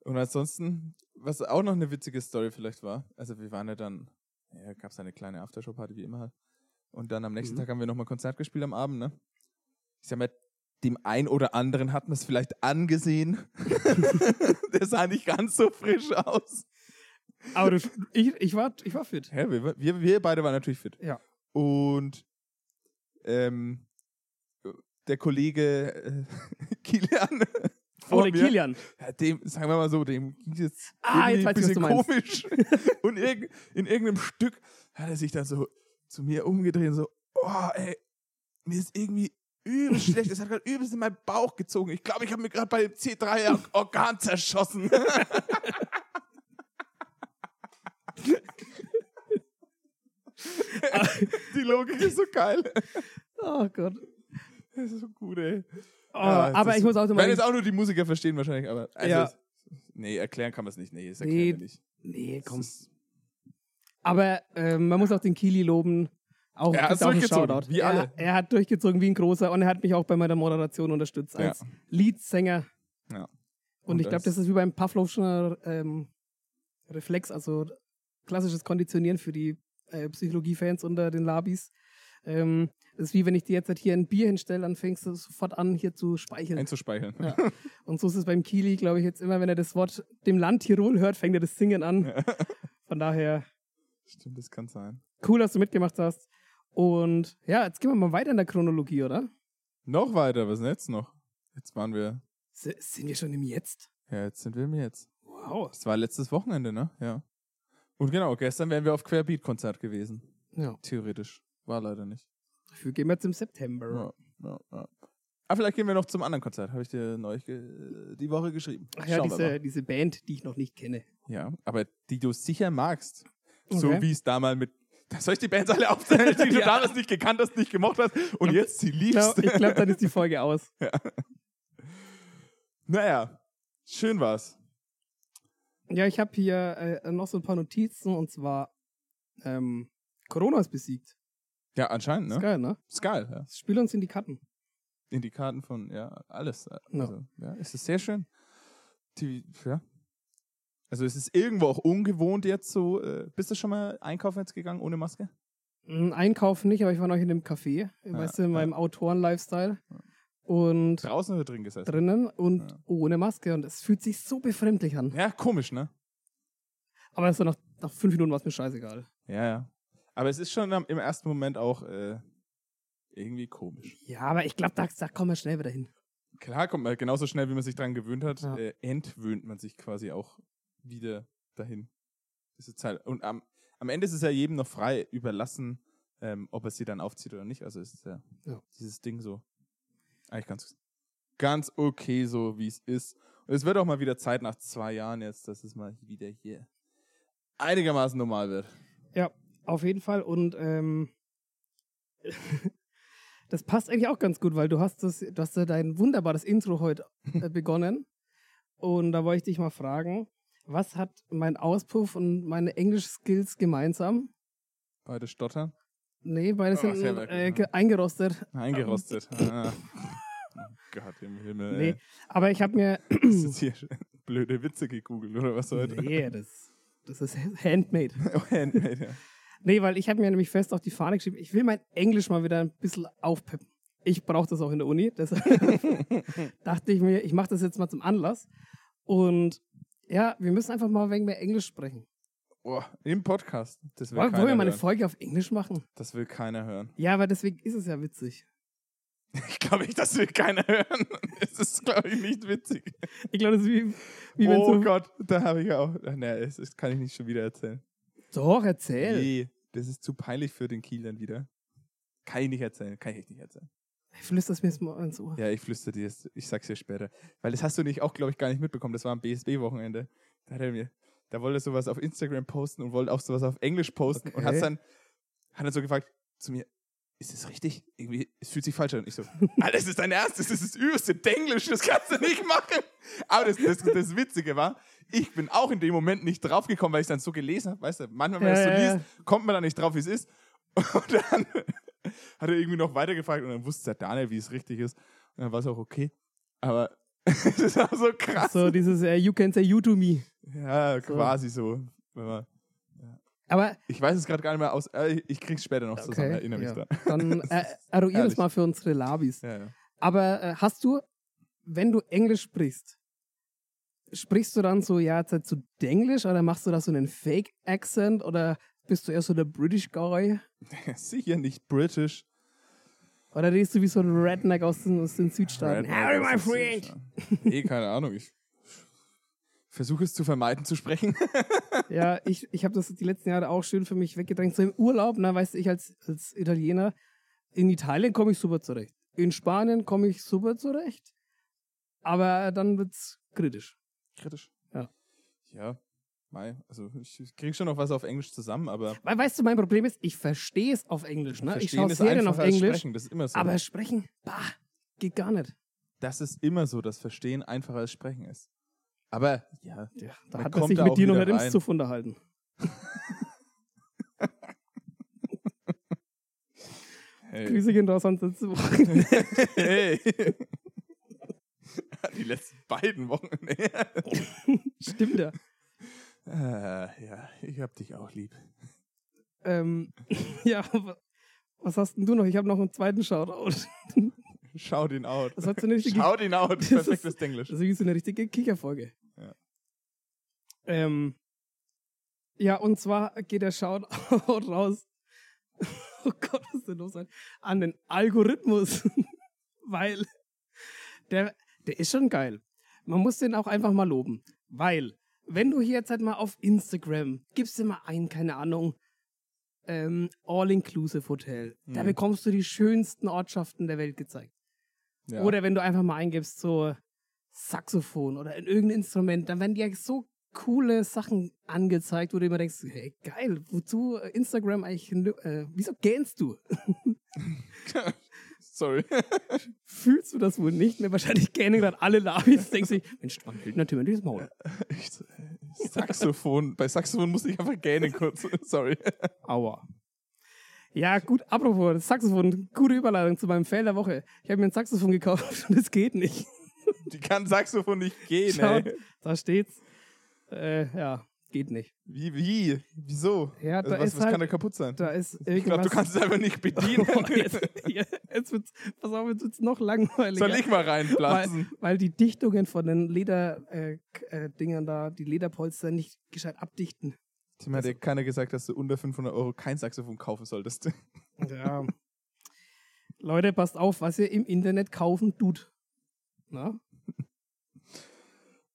A: Und ansonsten, was auch noch eine witzige Story vielleicht war, also wir waren ja dann, ja, gab es eine kleine Aftershow-Party wie immer halt. Und dann am nächsten
B: Mhm.
A: Tag haben wir nochmal Konzert gespielt am Abend, ne? Ich sag mal, dem einen oder anderen hat man es vielleicht angesehen. Der sah nicht ganz so frisch aus.
B: Aber du, ich, ich, war, ich war fit.
A: Ja, wir, wir, wir beide waren natürlich fit.
B: Ja.
A: Und ähm, der Kollege äh, Kilian vor
B: Ohne
A: mir,
B: Kilian.
A: ja, dem, sagen wir mal so, dem ging jetzt
B: Ah,
A: irgendwie
B: jetzt weiß ich,
A: ein
B: was
A: bisschen komisch. und irg in irgendeinem Stück hat er sich dann so zu mir umgedreht und so, oh, ey, mir ist irgendwie übelst schlecht. Es hat gerade übelst in meinen Bauch gezogen. Ich glaube, ich habe mir gerade bei dem C3 Organ zerschossen. Die Logik ist so geil.
B: Oh Gott.
A: Das ist so gut, ey.
B: Oh,
A: Ja, das
B: aber
A: ist-
B: ich muss auch
A: Werden
B: nochmal.
A: jetzt auch nur die Musiker verstehen wahrscheinlich, aber. Also
B: Ja.
A: es- Nee, erklären kann man es nicht. Nee, das
B: Nee,
A: erklären wir nicht.
B: Nee,
A: Das
B: komm.
A: ist-
B: Aber ähm, man muss auch den Kili loben. Auch,
A: Er hat's
B: kriegt auch einen
A: durchgezogen,
B: Shoutout.
A: wie alle.
B: Er, er hat durchgezogen wie ein großer und er hat mich auch bei meiner Moderation unterstützt
A: Ja.
B: als Leadsänger.
A: Ja.
B: Und,
A: Und
B: ich glaube,
A: als-
B: das ist wie beim Pavlovschen ähm, Reflex, also klassisches Konditionieren für die äh, Psychologie-Fans unter den Labis. Ähm, das ist wie wenn ich dir jetzt halt hier ein Bier hinstelle, dann fängst du sofort an, hier zu speicheln.
A: Einzuspeichern.
B: Ja. Und so ist es beim Kili, glaube ich, jetzt immer, wenn er das Wort dem Land Tirol hört, fängt er das Singen an. Von daher,
A: Stimmt, das kann sein.
B: cool, dass du mitgemacht hast. Und ja, jetzt gehen wir mal weiter in der Chronologie, oder?
A: Noch weiter, was ist denn jetzt noch? Jetzt waren wir.
B: S sind wir schon im Jetzt?
A: Ja, jetzt sind wir im Jetzt.
B: Wow.
A: Das war letztes Wochenende, ne? Ja. Und genau, gestern wären wir auf Querbeat-Konzert gewesen.
B: Ja,
A: Theoretisch. War leider nicht.
B: dafür gehen wir jetzt im September.
A: Ja, ja, ja. Aber vielleicht gehen wir noch zum anderen Konzert. Habe ich dir neu ge die Woche geschrieben.
B: Ach ja,
A: Schauen wir mal.
B: diese, diese Band, die ich noch nicht kenne.
A: Ja, aber die du sicher magst. So
B: Okay.
A: wie es damals mit Da soll ich die Bands alle aufzählen, die du
B: Ja.
A: damals nicht gekannt hast, nicht gemocht hast und jetzt sie
B: Ich
A: liebst.
B: glaube, glaub, dann ist die Folge aus.
A: naja, schön war's.
B: Ja, ich habe hier äh, noch so ein paar Notizen und zwar ähm, Corona ist besiegt.
A: Ja, anscheinend,
B: Ist
A: ne?
B: geil, ne?
A: Ist geil, ja.
B: Das Spiel uns in die Karten.
A: In die Karten von, ja, alles.
B: Ja.
A: Also, ja, es ist sehr schön. Die, ja. Also es ist irgendwo auch ungewohnt jetzt so. Äh, bist du schon mal einkaufen jetzt gegangen ohne Maske?
B: Mm, Einkaufen nicht, aber ich war noch in einem Café, weißt du, in
A: ja.
B: meinem Autoren-Lifestyle und
A: Draußen oder drin gesessen?
B: drinnen und
A: Ja.
B: ohne Maske und es fühlt sich so befremdlich an.
A: Ja, komisch, ne?
B: Aber so nach, nach fünf Minuten war es mir scheißegal.
A: Ja, ja. Aber es ist schon am, im ersten Moment auch äh, irgendwie komisch.
B: Ja, aber ich glaube, da, da kommen wir schnell wieder hin.
A: Klar kommt man genauso schnell, wie man sich dran gewöhnt hat,
B: Ja.
A: äh, entwöhnt man sich quasi auch wieder dahin. Das ist halt, und am, am Ende ist es ja jedem noch frei überlassen, ähm, ob er sie dann aufzieht oder nicht. Also es ist ja,
B: Ja.
A: dieses Ding so eigentlich ganz, ganz okay so, wie es ist. Und es wird auch mal wieder Zeit nach zwei Jahren jetzt, dass es mal wieder hier einigermaßen normal wird.
B: Ja, auf jeden Fall. Und ähm, das passt eigentlich auch ganz gut, weil du hast das, du hast ja dein wunderbares Intro heute äh, begonnen. Und da wollte ich dich mal fragen, was hat mein Auspuff und meine Englisch-Skills gemeinsam?
A: Beide stottern.
B: Nee, beide
A: Oh,
B: sind
A: sehr gut,
B: äh,
A: ja.
B: ge- eingerostet.
A: Eingerostet. ah. Oh Gott im Himmel.
B: Nee,
A: ey.
B: aber ich habe mir.
A: Hast du jetzt hier blöde Witze gegoogelt oder was heute?
B: nee, das, das ist handmade.
A: Oh, Handmade, ja.
B: Nee, weil ich habe mir nämlich fest auf die Fahne geschrieben, ich will mein Englisch mal wieder ein bisschen aufpeppen. Ich brauche das auch in der Uni, deshalb dachte ich mir, ich mache das jetzt mal zum Anlass. Und ja, wir müssen einfach mal wegen mehr Englisch sprechen.
A: Boah, Im Podcast. Das will,
B: Wollen,
A: keiner
B: wollen wir mal eine
A: hören.
B: Folge auf Englisch machen?
A: das will keiner hören.
B: Ja, aber deswegen ist es ja witzig.
A: Ich glaube nicht, das will keiner hören. Es ist, glaube ich, nicht witzig.
B: Ich glaube, das ist wie, wie wenn
A: oh
B: so...
A: Gott, da habe ich auch. Ach, nee, das, das kann ich nicht schon wieder erzählen.
B: Doch, erzähl.
A: Nee, das ist zu peinlich für den Kielern wieder. Kann ich nicht erzählen, kann ich echt nicht erzählen.
B: Ich flüster es mir jetzt mal ins Ohr.
A: Ja, ich flüstere dir das, ich sag's dir später. Weil das hast du nicht auch, glaube ich, gar nicht mitbekommen. Das war am BSB-Wochenende. Da hat er mir, da wollte er sowas auf Instagram posten und wollte auch sowas auf Englisch posten und
B: Okay.
A: hat dann, hat dann so gefragt zu mir, ist das richtig? Irgendwie, es fühlt sich falsch an. Und ich so, Alter, das ist dein erstes, das ist das übelste Denglisch, das kannst du nicht machen. Aber das, das, das Witzige war, ich bin auch in dem Moment nicht draufgekommen, weil ich dann so gelesen habe. Weißt du, manchmal, wenn man
B: Ja,
A: es
B: ja,
A: so liest, kommt man da nicht drauf, wie es ist. Und dann hat er irgendwie noch weitergefragt und dann wusste der Daniel, wie es richtig ist. Und dann war es auch okay. Aber es ist auch so krass.
B: So dieses äh, You can say you to me.
A: Ja, quasi so. Wenn man-
B: Aber
A: Ich weiß es gerade gar nicht mehr aus. äh, Ich krieg's später noch zusammen,
B: okay,
A: erinnere mich
B: ja.
A: da.
B: dann äh, eruier das
A: herrlich.
B: mal für unsere Labis.
A: Ja, ja.
B: Aber äh, hast du, wenn du Englisch sprichst, sprichst du dann so, ja, jetzt halt so Denglisch oder machst du da so einen Fake-Accent oder bist du eher so der British Guy?
A: Sicher nicht British.
B: Oder redest du wie so ein Redneck aus den, aus den Südstaaten? Harry, my friend!
A: Eh, keine Ahnung. Ich versuche es zu vermeiden zu sprechen.
B: Ja, ich, ich habe das die letzten Jahre auch schön für mich weggedrängt. So im Urlaub, na, weißt du, ich als, als Italiener, in Italien komme ich super zurecht. In Spanien komme ich super zurecht. Aber dann wird's kritisch.
A: Kritisch.
B: Ja.
A: Ja. Mei, also ich krieg schon noch was auf Englisch zusammen, aber
B: Weil, weißt du, mein Problem ist, ich verstehe es auf Englisch. Ne? Ich
A: verstehen
B: schaue
A: ist
B: Serien
A: einfacher
B: auf
A: als
B: Englisch.
A: Sprechen, das ist immer so.
B: Aber sprechen, bah, geht gar nicht.
A: das ist immer so, dass Verstehen einfacher als Sprechen ist. Aber ja, Man
B: da hat man
A: kommt
B: sich
A: da
B: mit
A: auch
B: dir noch
A: wieder
B: nicht im
A: rein.
B: Zuff unterhalten.
A: hey.
B: Grüße gehen raus an das Wochenende.
A: hey. Die letzten beiden Wochen.
B: Stimmt ja.
A: äh, ja, ich hab dich auch lieb.
B: Ähm, ja, wa- was hast denn du noch? Ich habe noch einen zweiten Shoutout.
A: Shout ihn out.
B: Das war so eine richtige,
A: Shout ihn out.
B: Das ist-
A: Perfektes Englisch.
B: das Also, ist so eine richtige Kicherfolge.
A: Ja.
B: Ähm, ja, und zwar geht der Shoutout raus. Oh Gott, was ist denn los? An den Algorithmus. weil der, der ist schon geil. Man muss den auch einfach mal loben. Weil, wenn du hier jetzt halt mal auf Instagram gibst dir mal ein, keine Ahnung, ähm, All-Inclusive Hotel, da
A: Mhm.
B: bekommst du die schönsten Ortschaften der Welt gezeigt.
A: Ja.
B: Oder wenn du einfach mal eingibst, so Saxophon oder in irgendein Instrument, dann werden dir so coole Sachen angezeigt, wo du immer denkst, hey, geil, wozu Instagram eigentlich, äh, wieso gähnst du?
A: Sorry.
B: Fühlst du das wohl nicht mehr? Wahrscheinlich gähnen gerade alle Lavis, denkst du, Mensch, man hält natürlich das Maul.
A: Ich, Saxophon. Bei Saxophon musste ich einfach gähnen kurz. Sorry.
B: Aua. Ja, gut, apropos das Saxophon, gute Überleitung zu meinem Fail der Woche. Ich habe mir ein Saxophon gekauft und es geht nicht.
A: Die kann Saxophon nicht gehen,
B: Schaut,
A: ey.
B: da steht's. Äh, ja, geht nicht.
A: Wie, wie? Wieso?
B: Ja,
A: also
B: da
A: was
B: ist
A: was
B: halt-
A: kann da kaputt sein?
B: Da ist irgendwas.
A: ich glaube, du kannst es einfach nicht bedienen.
B: Boah, Oh, jetzt, jetzt wird's, pass auf, jetzt wird's noch langweiliger.
A: Soll ich mal
B: weil,
A: reinblasen?
B: weil die Dichtungen von den Lederdingern äh, K- äh, Dingern da, die Lederpolster nicht gescheit abdichten.
A: Tim hat dir keiner gesagt, dass du unter 500 Euro kein Saxophon kaufen solltest.
B: Ja. Leute, passt auf, was ihr im Internet kaufen tut. Na?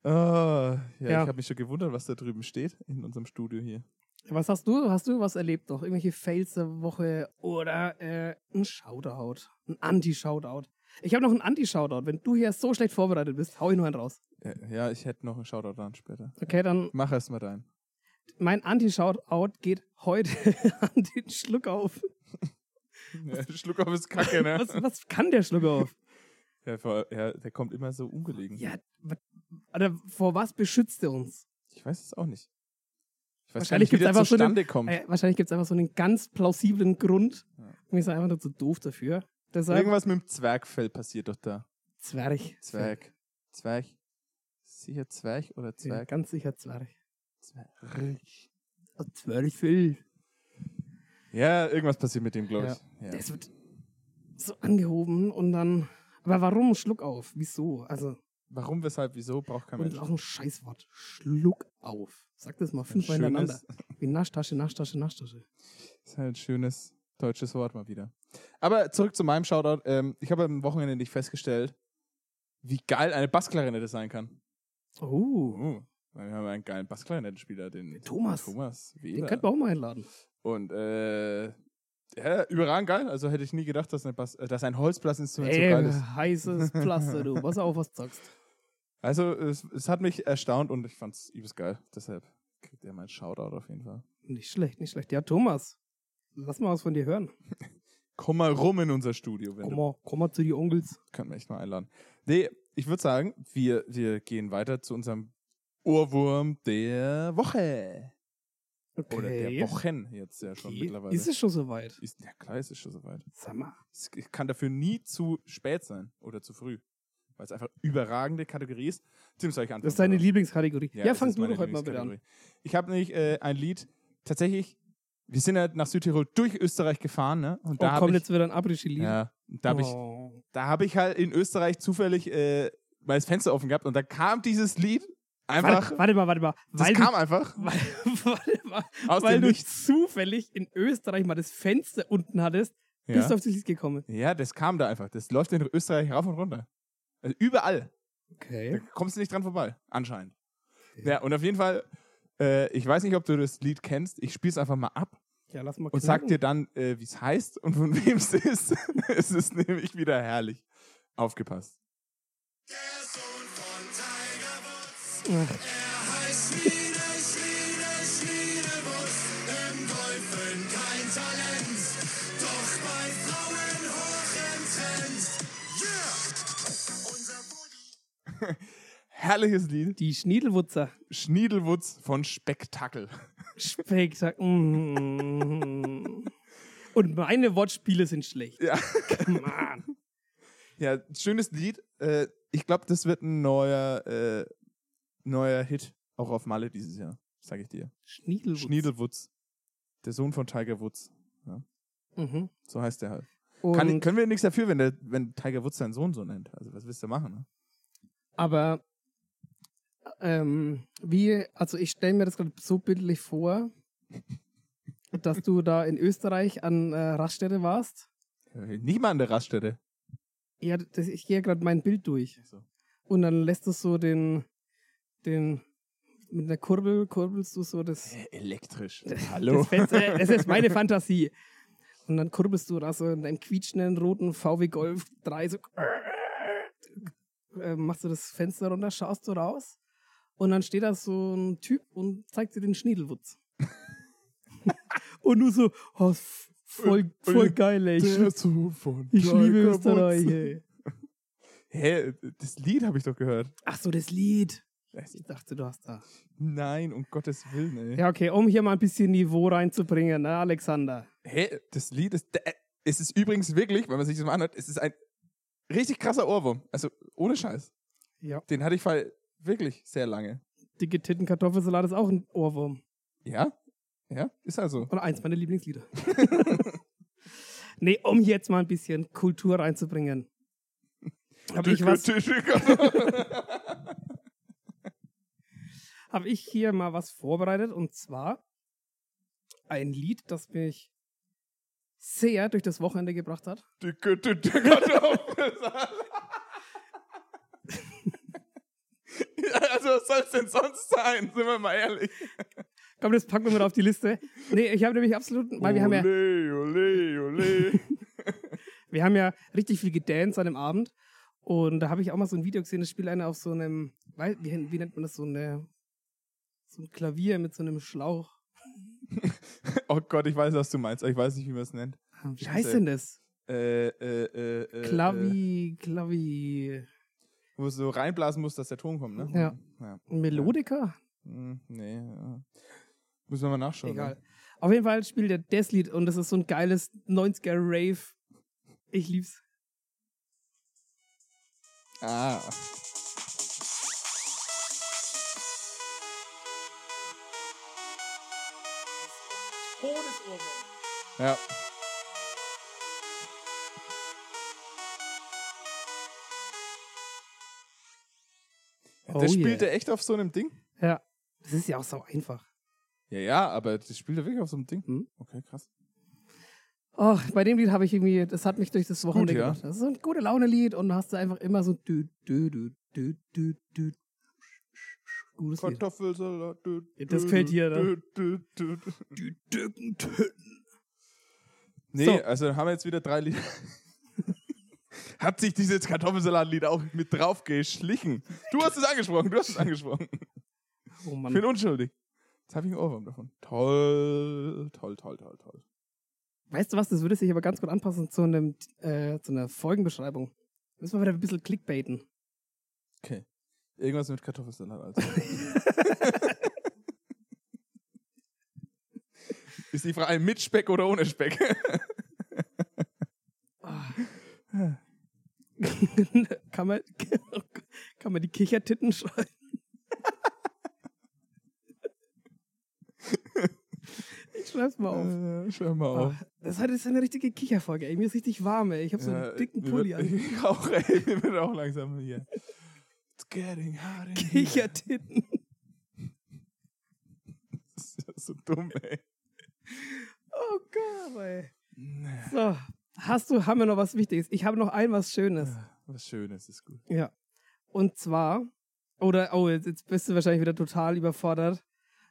A: Ah, ja,
B: Ja.
A: ich habe mich schon gewundert, was da drüben steht in unserem Studio hier.
B: Was hast du? Hast du was erlebt noch? Irgendwelche Fails der Woche oder äh, ein Shoutout? Ein Anti-Shoutout? Ich habe noch einen Anti-Shoutout. Wenn du hier so schlecht vorbereitet bist, hau ich noch einen raus.
A: Ja, ja, ich hätte noch einen Shoutout an später.
B: Okay, dann
A: Mach erst mal deinen.
B: mein Anti-Shoutout geht heute an den Schluck auf.
A: Ja, Schluck auf ist Kacke, ne?
B: Was, was kann der Schluck auf?
A: Ja, vor, ja, der kommt immer so ungelegen.
B: Ja, wa- Alter, vor was beschützt er uns?
A: Ich weiß es auch nicht. Ich weiß
B: Wahrscheinlich
A: gar nicht, wie
B: gibt's
A: der
B: einfach so eine-
A: zustande kommt.
B: Äh, wahrscheinlich gibt es einfach so einen ganz plausiblen Grund.
A: Ja.
B: Mir ist einfach nur zu doof dafür. Deshalb
A: Irgendwas mit dem Zwergfell passiert doch da.
B: Zwerg.
A: Zwerg. Zwerg. Sicher Zwerg oder
B: Ja,
A: Zwerg?
B: ganz sicher Zwerg.
A: Zwerg.
B: Zwerg viel.
A: Ja, irgendwas passiert mit dem, glaube ich. Ja.
B: Es wird halt so angehoben und dann. Aber warum Schluck auf? Wieso? Also,
A: Warum, weshalb, wieso, braucht kein
B: und
A: Mensch.
B: auch ein Scheißwort. Schluck auf. Sag das mal fünfmal
A: schönes-
B: hintereinander. Wie Naschtasche, Naschtasche, Naschtasche.
A: Das ist halt ein schönes deutsches Wort mal wieder. Aber zurück zu meinem Shoutout. Ähm, ich habe am Wochenende nicht festgestellt, wie geil eine Bassklarinette sein kann.
B: Oh.
A: Oh, wir haben einen geilen Bassklarinettenspieler, den
B: Thomas.
A: Thomas
B: Den
A: Weber.
B: könnten wir auch mal einladen.
A: Und äh, ja, überragend geil. Also hätte ich nie gedacht, dass, eine Bass, äh, dass ein Holzblasinstrument so geil
B: Ey,
A: ist.
B: heißes Pflaster, du. Pass auf, was du sagst.
A: Also es, es hat mich erstaunt und ich fand's übelst geil. Deshalb kriegt er meinen Shoutout auf jeden Fall.
B: Nicht schlecht, nicht schlecht. Ja, Thomas, lass mal was von dir hören.
A: Komm mal rum in unser Studio, wenn
B: Komm
A: du
B: mal, komm mal zu die Onkels.
A: können wir echt mal einladen. Nee, ich würde sagen, wir, wir gehen weiter zu unserem Ohrwurm der Woche.
B: Okay.
A: Oder der Wochen jetzt ja schon
B: okay.
A: mittlerweile.
B: Ist es schon soweit?
A: Ist- ja klar, ist es schon soweit.
B: Sag mal.
A: Es k- kann dafür nie zu spät sein oder zu früh. Weil es einfach überragende Kategorie ist. Tim, soll ich anfangen?
B: Das ist deine
A: oder?
B: Lieblingskategorie. Ja,
A: das
B: fang
A: ist
B: du
A: meine
B: doch heute mal wieder an.
A: Lieblingskategorie. Ich habe nämlich äh, ein Lied, tatsächlich, wir sind ja nach Südtirol durch Österreich gefahren, ne? Und da
B: oh,
A: hab
B: komm,
A: ich,
B: jetzt wieder ein Abrischi-Lied.
A: ja, und da habe ich,
B: oh.
A: da hab ich halt in Österreich zufällig äh, mal das Fenster offen gehabt und da kam dieses Lied einfach.
B: Warte, warte mal, warte mal.
A: das
B: Weil
A: kam einfach
B: du, weil, warte mal.
A: aus
B: weil
A: dem
B: du
A: Nichts.
B: zufällig in Österreich mal das Fenster unten hattest, bist du
A: Ja.
B: auf das Lied gekommen.
A: ja, das kam da einfach. Das läuft in Österreich rauf und runter. Also überall. Da
B: Okay.
A: kommst du nicht dran vorbei, anscheinend.
B: Ja.
A: Ja, und auf jeden Fall, äh, ich weiß nicht, ob du das Lied kennst. Ich spiel's einfach mal ab
B: Ja, lass mal
A: und sag dir dann, äh, wie es heißt und von wem es ist. es ist nämlich wieder herrlich. Aufgepasst. Herrliches Lied.
B: Die Schniedelwutzer.
A: Schniedelwutz von Spektakel.
B: Spektakel. Mm. Und meine Wortspiele sind schlecht.
A: Ja.
B: Mann.
A: Ja, schönes Lied. Äh, ich glaube, das wird ein neuer, äh, neuer Hit, auch auf Malle dieses Jahr, sage ich dir.
B: Schniedelwutz.
A: Schniedelwutz, der Sohn von Tiger Woods.
B: Mhm.
A: So heißt der halt.
B: Und,
A: Kann, können wir nichts dafür, wenn, der, wenn Tiger Woods seinen Sohn so nennt. Also, was willst du machen? Ne?
B: aber ähm, wie, also ich stelle mir das gerade so bildlich vor, dass du da in Österreich an äh, Raststätte warst.
A: Äh, Nicht mal an der Raststätte.
B: Ja, das, ich gehe gerade mein Bild durch.
A: So.
B: Und dann lässt du so den, den, mit einer Kurbel, kurbelst du so das.
A: Äh, Elektrisch.
B: Das,
A: Hallo.
B: Fenster, äh, das ist meine Fantasie. Und dann kurbelst du da so in deinem quietschenden roten VW Golf 3 so. Äh, machst du das Fenster runter, schaust du raus Und dann steht da so ein Typ und zeigt dir den Schniedelwutz. und du so, oh, f- voll,
A: Und-
B: voll
A: und
B: geil, ey. Ich,
A: Der Sohn von
B: ich
A: Tiger
B: liebe
A: Woods.
B: Österreich, ey.
A: Hä, das Lied habe ich doch gehört.
B: Ach so, das Lied.
A: Das-
B: Ich dachte, du hast da.
A: Nein, um Gottes Willen, ey.
B: Ja, okay, um hier mal ein bisschen Niveau reinzubringen, ne, Alexander?
A: Hä, das Lied ist. Äh, Es ist übrigens wirklich, wenn man sich das mal anhört, es ist ein richtig krasser Ohrwurm. Also ohne Scheiß.
B: Ja.
A: Den hatte ich fall wirklich sehr lange.
B: Dicke Titten Kartoffelsalat ist auch ein Ohrwurm.
A: Ja? Ja, ist also.
B: Und eins meiner Lieblingslieder. nee, um jetzt mal ein bisschen Kultur reinzubringen. Hab ich, was, hab ich hier mal was vorbereitet und zwar ein Lied, das mich sehr durch das Wochenende gebracht hat.
A: Dicke Tüte Kartoffelsalat. Ja, Also was soll es denn sonst sein? Sind wir mal ehrlich.
B: Komm, das packen wir mit auf die Liste. Nee, ich habe nämlich absolut, weil wir haben
A: Oh,
B: ja
A: Ole, ole, ole.
B: Wir haben ja richtig viel gedanced an dem Abend. Und da habe ich auch mal so ein Video gesehen, das spielt einer auf so einem, wei- wie, wie nennt man das, so, eine, so ein Klavier mit so einem Schlauch.
A: Oh Gott, ich weiß, was du meinst, aber ich weiß nicht, wie man es nennt.
B: Wie heißt denn das?
A: Äh, äh, äh, Ah, äh, Äh,
B: Klavi, Klavi,
A: wo du so reinblasen musst, dass der Ton kommt, ne?
B: Ja.
A: ja.
B: Melodiker?
A: Hm, nee. Ja. Müssen wir mal nachschauen.
B: Egal.
A: Ne?
B: Auf jeden Fall spielt er das Lied und das ist so ein geiles 90er Rave. Ich lieb's.
A: Ah. Ja.
B: Oh
A: das spielt
B: yeah.
A: er echt auf so einem Ding?
B: Ja. Das ist ja auch so einfach.
A: Ja, ja, aber das spielt er wirklich auf so einem Ding.
B: Hm?
A: Okay, krass.
B: Och, bei dem Lied habe ich irgendwie, das hat mich durch das Wochenende
A: Gut, ja.
B: gebracht. Das ist so ein gute Laune-Lied und da hast du einfach immer so dü, dü, dü, dü, dü, dü. Gutes Lied.
A: Kartoffelsalat. dü,
B: Ja, das
A: dü,
B: gefällt dir,
A: dü,
B: ne?
A: dü, dü, dü.
B: Die dicken Titten.
A: Nee,
B: So.
A: also dann haben wir jetzt wieder drei Lieder. Hat sich dieses Kartoffelsalatlied auch mit drauf geschlichen? Du hast es angesprochen, du hast es angesprochen.
B: Oh
A: Ich bin
B: Mann.
A: unschuldig. Jetzt habe ich einen Ohrwurm davon. Toll, toll, toll, toll, toll.
B: Weißt du was, das würde sich aber ganz gut anpassen zu, einem, äh, zu einer Folgenbeschreibung. Müssen wir wieder ein bisschen clickbaiten.
A: Okay. Irgendwas mit Kartoffelsalat. Also. Ist die Frage mit Speck oder ohne Speck?
B: Ah. kann, man, oh kann man die Kichertitten schreiben? ich schreib's mal auf.
A: Äh, schau mal auf.
B: Ach, das ist heute ist eine richtige Kicherfolge, ey. Mir ist richtig warm, ey. Ich habe so einen
A: Ja,
B: dicken
A: mir
B: Pulli
A: wird-
B: an.
A: Ich auch, ey. Mir wird auch langsam hier. It's getting hot in here.
B: Kichertitten.
A: Das ist ja so dumm, ey.
B: Oh Gott, ey. So, hast du, haben wir noch was Wichtiges? Ich habe noch ein was Schönes.
A: Was Schönes ist gut.
B: Ja. Und zwar, oder, oh, jetzt, jetzt bist du wahrscheinlich wieder total überfordert,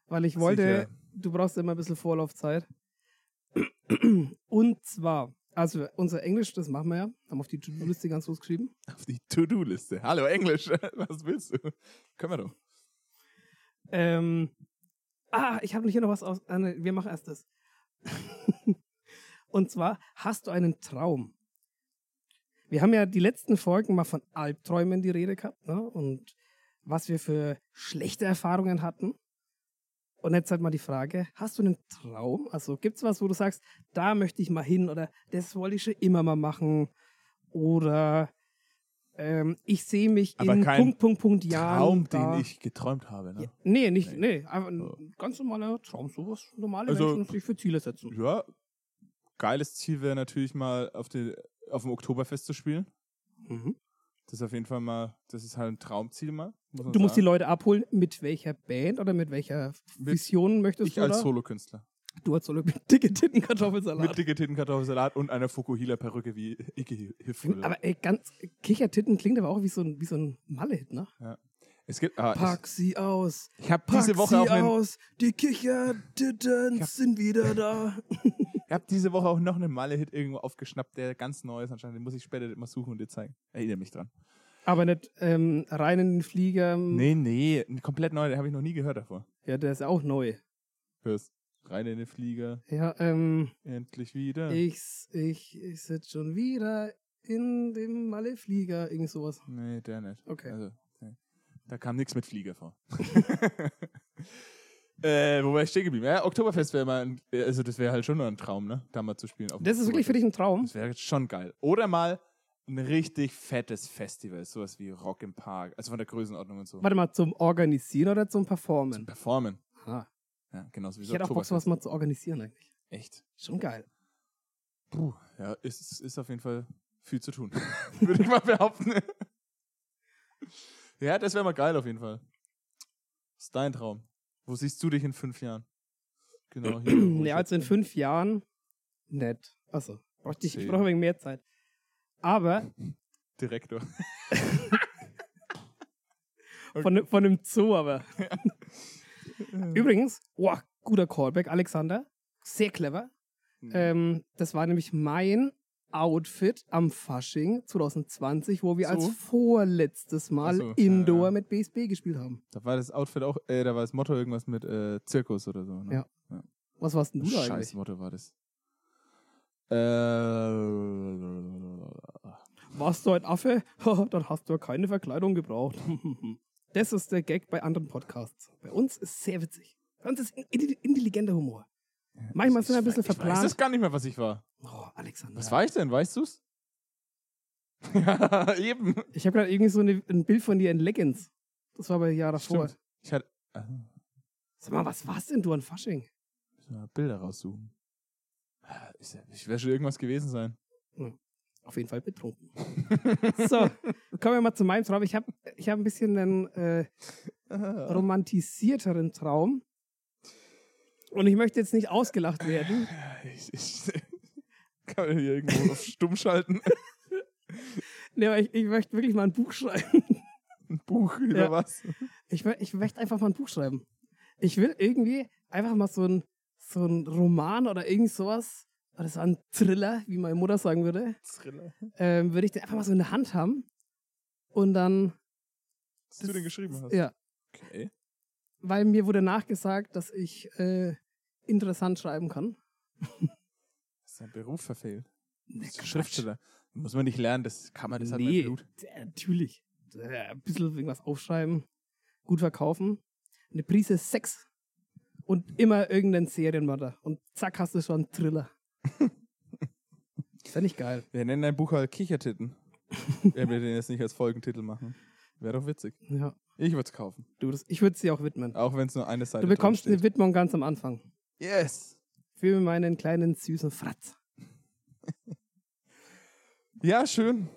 B: weil ich wollte,
A: Sicher.
B: du brauchst immer ein bisschen Vorlaufzeit. Und zwar, also unser Englisch, das machen wir ja, haben auf die To-Do-Liste ganz groß geschrieben.
A: Auf die To-Do-Liste. Hallo, Englisch. Was willst du? Können wir doch.
B: Ähm, ah, ich habe hier noch was aus. Ah, nee, wir machen erst das. Und zwar, hast du einen Traum? Wir haben ja die letzten Folgen mal von Albträumen die Rede gehabt ne? und was wir für schlechte Erfahrungen hatten. Und jetzt halt mal die Frage, hast du einen Traum? Also gibt's was, wo du sagst, da möchte ich mal hin oder das wollte ich schon immer mal machen oder ähm, ich sehe mich
A: Aber
B: in
A: kein
B: Punkt, Punkt, Punkt, Jahren
A: Traum,
B: da.
A: den ich geträumt habe, ne?
B: Ja. Nee, nicht,
A: Nee.
B: nee, einfach ein ganz normaler Traum, sowas normale
A: Also-
B: Menschen sich für Ziele setzen.
A: Ja. Geiles Ziel wäre natürlich mal auf, den, auf dem Oktoberfest zu spielen.
B: Mhm.
A: Das ist auf jeden Fall mal, das ist halt ein Traumziel mal. muss man
B: Du musst die
A: sagen.
B: Leute abholen, mit welcher Band oder mit welcher
A: Mit-
B: Vision möchtest
A: Ich
B: du
A: als
B: da?
A: Solokünstler.
B: Du als Solo mit dicke Titten
A: Mit
B: Kartoffelsalat.
A: dicke Titten, Kartoffelsalat und einer Fukuhila-Perücke wie Iggy Hilfsmittel.
B: Aber ey, ganz Kichertitten klingt aber auch wie so ein, wie so ein Malle-Hit, ne?
A: Es gibt, ah,
B: Pack sie aus,
A: ich, ich habe
B: pack
A: diese Woche
B: sie
A: auch einen,
B: aus, die Kichertitten
A: Ich hab-
B: sind wieder da.
A: Ich habe diese Woche auch noch einen Malle-Hit irgendwo aufgeschnappt, der ganz neu ist anscheinend. Den muss ich später mal suchen und dir zeigen. Erinnere mich dran.
B: Aber nicht ähm, rein in den Flieger.
A: Nee, nee, ein komplett neu, den habe ich noch nie gehört davor.
B: Ja, der ist auch neu.
A: Fürs rein in den Flieger,
B: Ja, ähm,
A: endlich wieder.
B: ich, ich, ich sitze schon wieder in dem Malle-Flieger, irgend sowas.
A: Nee, der nicht.
B: Okay.
A: Also, nee. da kam nichts mit Flieger vor. äh, wo war ich stehen geblieben? Ja, Oktoberfest wäre mal, ein, also das wäre halt schon nur ein Traum, ne? Da mal zu spielen. auf dem
B: Das ist wirklich für dich ein Traum.
A: Das wäre jetzt schon geil. Oder mal ein richtig fettes Festival, sowas wie Rock im Park, also von der Größenordnung und so.
B: Warte mal, zum Organisieren oder zum
A: Zum
B: Performen?
A: Performen.
B: Ah,
A: Ja, genauso wie
B: ich
A: so
B: hätte auch Bock,
A: Oktoberfest.
B: sowas mal zu organisieren eigentlich.
A: Echt.
B: Schon geil.
A: Puh, ja, ist, ist auf jeden Fall viel zu tun. Würde ich mal behaupten. ja, das wäre mal geil auf jeden Fall. Ist dein Traum. Wo siehst du dich in fünf Jahren? Genau. Hier, wo ich
B: Ja, also in fünf Jahren nett. Achso, bräuchte ich, ich
A: Zehn.
B: brauche wegen mehr Zeit. Aber
A: Direktor.
B: von, von einem Zoo aber. Übrigens, wow, guter Callback, Alexander. Sehr clever.
A: Mhm.
B: Ähm, das war nämlich mein Outfit am Fasching 2020, wo wir
A: So?
B: als vorletztes Mal
A: Ach so,
B: Indoor
A: ja, ja.
B: mit BSB gespielt haben.
A: da war das Outfit auch, äh, da war das Motto irgendwas mit äh, Zirkus oder so. Ne?
B: Ja. Was warst denn du da
A: Scheiß
B: eigentlich?
A: Motto war das. Äh,
B: Warst du ein Affe? Dann hast du ja keine Verkleidung gebraucht. Das ist der Gag bei anderen Podcasts. Bei uns ist sehr witzig. Bei uns ist in- intelligenter Humor. Manchmal sind wir ein bisschen
A: ich weiß
B: verplant.
A: das gar nicht mehr, was ich war.
B: Oh, Alexander.
A: Was war ich denn? Weißt du's? ja, eben.
B: Ich habe gerade irgendwie so eine, ein Bild von dir in Leggings. Das war aber ein Jahr davor.
A: Stimmt. Ich hatte. Ah.
B: Sag mal, was warst denn du an Fasching?
A: Müssen wir mal Bilder raussuchen. Ah, ist ja- Ich wäre schon irgendwas gewesen sein.
B: Auf jeden Fall betrunken. so, kommen wir mal zu meinem Traum. Ich habe ich hab ein bisschen einen äh, romantisierteren Traum. Und ich möchte jetzt nicht ausgelacht werden.
A: Ich, ich kann man hier irgendwo auf stumm schalten.
B: Nee, aber ich, ich möchte wirklich mal ein Buch schreiben.
A: Ein Buch über
B: Ja.
A: was.
B: Ich, mö- ich möchte einfach mal ein Buch schreiben. Ich will irgendwie einfach mal so ein, so ein Roman oder irgend sowas, oder so ein Thriller, wie meine Mutter sagen würde,
A: Thriller.
B: ähm, würde ich den einfach mal so in der Hand haben. Und dann,
A: Was du denn geschrieben hast.
B: ja,
A: Okay.
B: weil mir wurde nachgesagt, dass ich äh, interessant schreiben kann.
A: Das ist ein Beruf verfehlt.
B: Nee,
A: Das ist Schriftsteller. Muss man nicht lernen, das kann man, das hat
B: Ne, Nee.
A: man Blut.
B: Ja, natürlich. Äh, Ein bisschen irgendwas aufschreiben, gut verkaufen, eine Prise Sex und immer irgendeinen Serienmörder. Und zack, hast du schon einen Thriller. Ist ja nicht geil.
A: Wir nennen dein Buch halt Kichertitten. Wenn wir den jetzt nicht als Folgentitel machen. Wäre doch witzig.
B: Ja,
A: Ich würde es kaufen.
B: du, das, ich würde es dir auch widmen.
A: Auch wenn es nur eine Seite
B: Du bekommst eine
A: drinsteht.
B: Widmung ganz am Anfang.
A: Yes!
B: Für meinen kleinen süßen Fratz.
A: Ja, schön.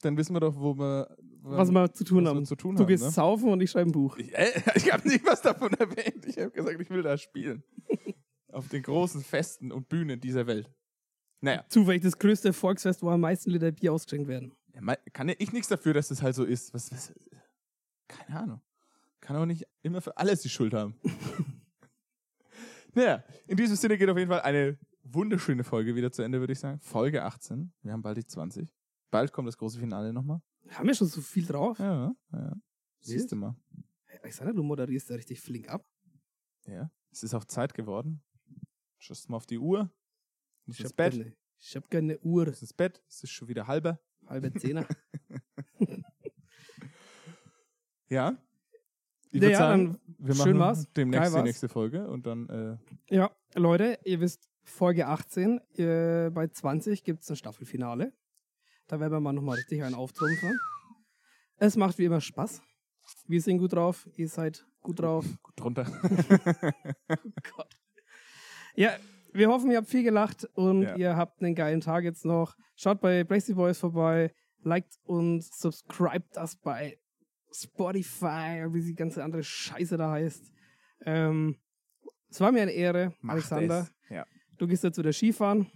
A: Dann wissen wir doch, wo wir,
B: Was wir zu tun
A: was wir
B: haben.
A: zu tun
B: du
A: haben,
B: gehst
A: ne?
B: saufen und ich schreibe ein Buch.
A: Ich, äh, ich habe nicht was davon erwähnt. Ich habe gesagt, ich will da spielen. Auf den großen Festen und Bühnen dieser Welt. Naja,
B: Zufällig das größte Volksfest, wo am meisten Liter Bier ausgeschenkt werden.
A: ja, mei- kann ja ich nichts dafür, dass das halt so ist. Was, was, keine Ahnung. Kann auch nicht immer für alles die Schuld haben. naja, in diesem Sinne geht auf jeden Fall eine wunderschöne Folge wieder zu Ende, würde ich sagen. Folge 18. Wir haben bald die 20. Bald kommt das große Finale nochmal.
B: Haben wir schon so viel drauf?
A: Ja, ja. Siehst du mal.
B: Alexander, du moderierst da richtig flink ab.
A: Ja, es ist auch Zeit geworden. Schaust mal auf die Uhr. Muss
B: Ich
A: ins
B: hab
A: Bett.
B: Gerne, ich hab gerne eine Uhr,
A: Muss ins Bett. Es ist schon wieder halber.
B: halbe Zehner.
A: Ja. Ich
B: Na
A: würde
B: ja,
A: sagen, wir machen
B: schön war's.
A: demnächst
B: Geil
A: die
B: war's.
A: nächste Folge und dann äh,
B: ja, Leute, ihr wisst, Folge 18, äh, bei 20 gibt es ein Staffelfinale. Da werden wir mal nochmal richtig einen auftrumpfen. Es macht wie immer Spaß. Wir sind gut drauf, ihr seid gut drauf.
A: gut runter.
B: Gott. Ja, wir hoffen, ihr habt viel gelacht und
A: Ja.
B: ihr habt einen geilen Tag jetzt noch. Schaut bei Brazy Boys vorbei, liked und subscribt das bei Spotify, oder wie die ganze andere Scheiße da heißt. Ähm, es war mir eine Ehre,
A: Macht
B: Alexander.
A: es. Ja.
B: Du gehst jetzt wieder Skifahren.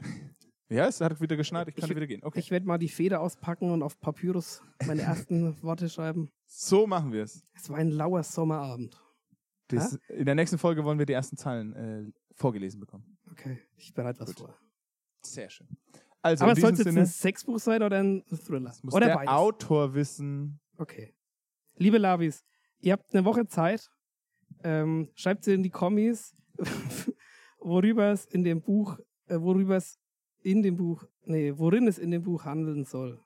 A: ja, es hat wieder geschneit. Ich kann
B: Ich-
A: wieder gehen. Okay.
B: Ich werde mal die Feder auspacken und auf Papyrus meine ersten Worte schreiben.
A: So machen wir es.
B: Es war ein lauer Sommerabend.
A: Das- In der nächsten Folge wollen wir die ersten Zahlen äh, vorgelesen bekommen.
B: Okay, ich bereite was
A: Gut.
B: vor.
A: Sehr schön. Also
B: Aber
A: in diesem
B: sollte es
A: Sinne,
B: ein Sexbuch sein oder ein Thriller?
A: muss
B: oder
A: der
B: beides?
A: Autor wissen.
B: Okay. Liebe Labis, ihr habt eine Woche Zeit. Ähm, schreibt sie in die Kommis, worüber es in dem Buch, äh, worüber es in dem Buch, nee, worin es in dem Buch handeln soll.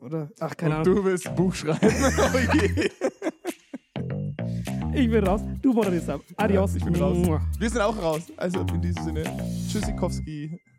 B: Oder? Ach, keine
A: und
B: Ahnung.
A: du willst Buch schreiben. oh je.
B: Ich bin raus. Du moderierst ab. Adios.
A: Ich bin raus.
B: Mua.
A: Wir sind auch raus. Also in diesem Sinne, Tschüssikowski.